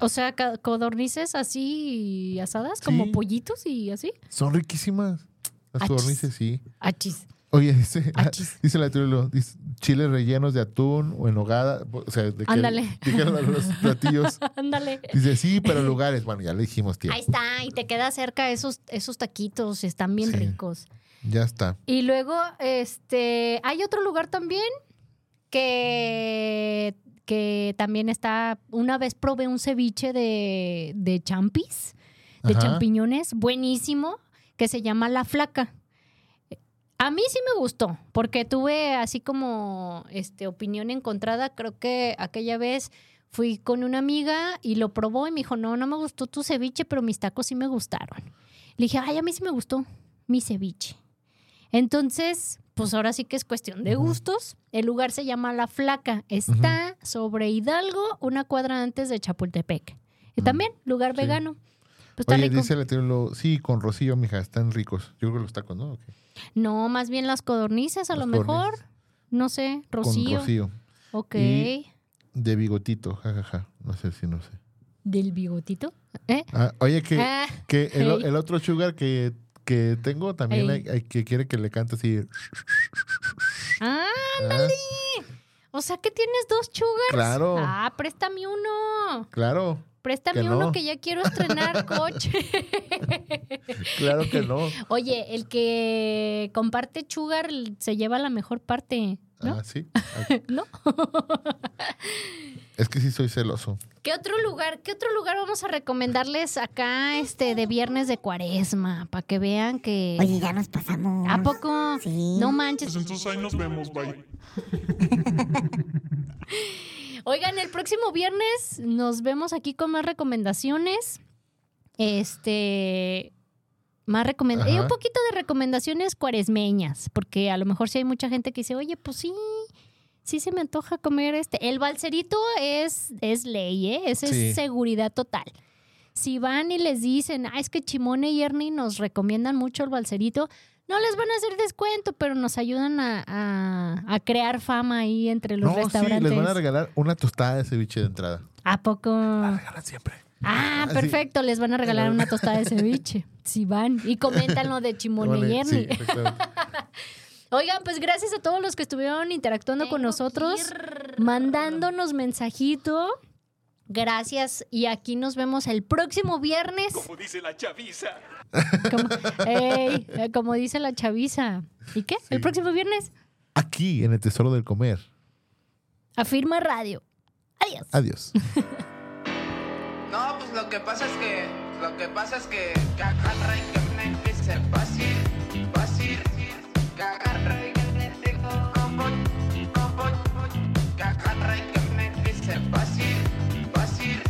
Speaker 1: O sea, ca- codornices así asadas, como
Speaker 2: Sí.
Speaker 1: pollitos y así.
Speaker 2: Son riquísimas. Las
Speaker 1: Achis.
Speaker 2: codornices, sí.
Speaker 1: Achis.
Speaker 2: Oye, dice,
Speaker 1: Achis.
Speaker 2: dice la teoría, dice, chiles rellenos de atún o en hogada. O sea, de que
Speaker 1: Ándale.
Speaker 2: dijeron los platillos.
Speaker 1: Ándale.
Speaker 2: Dice, sí, pero lugares. Bueno, ya le dijimos, tío.
Speaker 1: Ahí está, y te queda cerca esos, esos taquitos, están bien
Speaker 2: Sí.
Speaker 1: ricos.
Speaker 2: Ya está.
Speaker 1: Y luego, este, hay otro lugar también que, que también está, una vez probé un ceviche de, de champis, de
Speaker 2: Ajá.
Speaker 1: champiñones, buenísimo, que se llama La Flaca. A mí sí me gustó, porque tuve así como este, opinión encontrada. Creo que aquella vez fui con una amiga y lo probó y me dijo, no, no me gustó tu ceviche, pero mis tacos sí me gustaron. Le dije, ay, a mí sí me gustó mi ceviche. Entonces, pues ahora sí que es cuestión de gustos. El lugar se llama La Flaca. Está sobre Hidalgo, una cuadra antes de Chapultepec. Y también, lugar
Speaker 2: Sí.
Speaker 1: vegano. Pues está
Speaker 2: Oye,
Speaker 1: rico.
Speaker 2: dice el latino, sí, con Rocío, mija, están ricos. Yo creo que los tacos, ¿no? Ok.
Speaker 1: No, más bien las codornices, a
Speaker 2: Los
Speaker 1: lo mejor.
Speaker 2: cornes.
Speaker 1: No sé,
Speaker 2: Con
Speaker 1: Rocío.
Speaker 2: Rocío.
Speaker 1: Ok.
Speaker 2: Y- De bigotito, jajaja. No sé si no sé.
Speaker 1: ¿Del bigotito? ¿Eh?
Speaker 2: Ah, oye, que,
Speaker 1: Ah,
Speaker 2: que el, o-
Speaker 1: Ey.
Speaker 2: el otro sugar que, que tengo también
Speaker 1: Ey.
Speaker 2: hay, hay que quiere que le cante así.
Speaker 1: ah,
Speaker 2: Ah,
Speaker 1: o sea que tienes dos chugars.
Speaker 2: Claro.
Speaker 1: Ah, préstame uno.
Speaker 2: Claro,
Speaker 1: Préstame
Speaker 2: Que no.
Speaker 1: uno que ya quiero estrenar coche.
Speaker 2: claro que no.
Speaker 1: Oye, el que comparte chugar se lleva la mejor parte, ¿no?
Speaker 2: Ah, sí.
Speaker 1: ¿No?
Speaker 2: Es que sí soy celoso.
Speaker 1: ¿Qué otro lugar, qué otro lugar vamos a recomendarles acá este de viernes de Cuaresma para que vean que
Speaker 7: Oye, ya nos pasamos.
Speaker 1: a poco
Speaker 7: Sí.
Speaker 1: no
Speaker 4: Pues
Speaker 1: manches.
Speaker 4: entonces ahí nos vemos, bye.
Speaker 1: Oigan, el próximo viernes nos vemos aquí con más recomendaciones. Este más recomend y
Speaker 2: Ajá.
Speaker 1: un poquito de recomendaciones cuaresmeñas, porque a lo mejor sí hay mucha gente que dice, "Oye, pues sí, sí se me antoja comer este. El balserito es, es ley, ¿eh? Esa
Speaker 2: Sí.
Speaker 1: es seguridad total. Si van y les dicen, ah, es que Chimone y Ernie nos recomiendan mucho el balserito, no les van a hacer descuento, pero nos ayudan a, a- a crear fama ahí entre los
Speaker 2: no, sí,
Speaker 1: restaurantes.
Speaker 2: les van a regalar una tostada de ceviche de entrada.
Speaker 1: ¿A poco?
Speaker 2: Regalan siempre.
Speaker 1: Ah,
Speaker 2: sí.
Speaker 1: perfecto, les van a regalar una tostada de ceviche. Si van y comentan lo de Chimone y
Speaker 2: Vale, sí,
Speaker 1: Ernie.
Speaker 2: exactamente.
Speaker 1: Oigan, pues gracias a todos los que estuvieron interactuando con nosotros, mandándonos mensajito. Gracias y aquí nos vemos el próximo viernes. Como dice la chaviza. Como, Ey, eh, como dice la chaviza. ¿Y qué? ¿El
Speaker 2: Sí.
Speaker 1: próximo viernes?
Speaker 2: Aquí, en el Tesoro del Comer.
Speaker 1: Afirma Radio. Adiós.
Speaker 2: Adiós.
Speaker 11: No, pues lo que pasa es que. Lo que pasa es que. que agarra y que me dice fácil, fácil. Que agarra y que me dice como, como. Que agarra y que me dice fácil, fácil.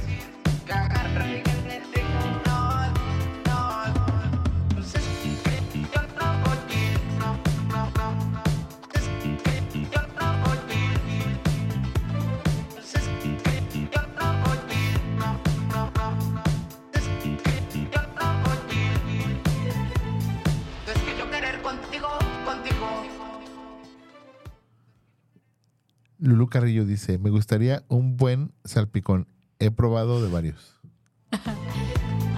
Speaker 11: Que agarra y que me dice no, no. Pues es que yo no voy a ir, no, no, no. pues Es que yo no voy a ir. Pues es que yo no voy a ir. Es que yo querer contigo, contigo.
Speaker 2: Lulú Carrillo dice, me gustaría un buen salpicón. He probado de varios.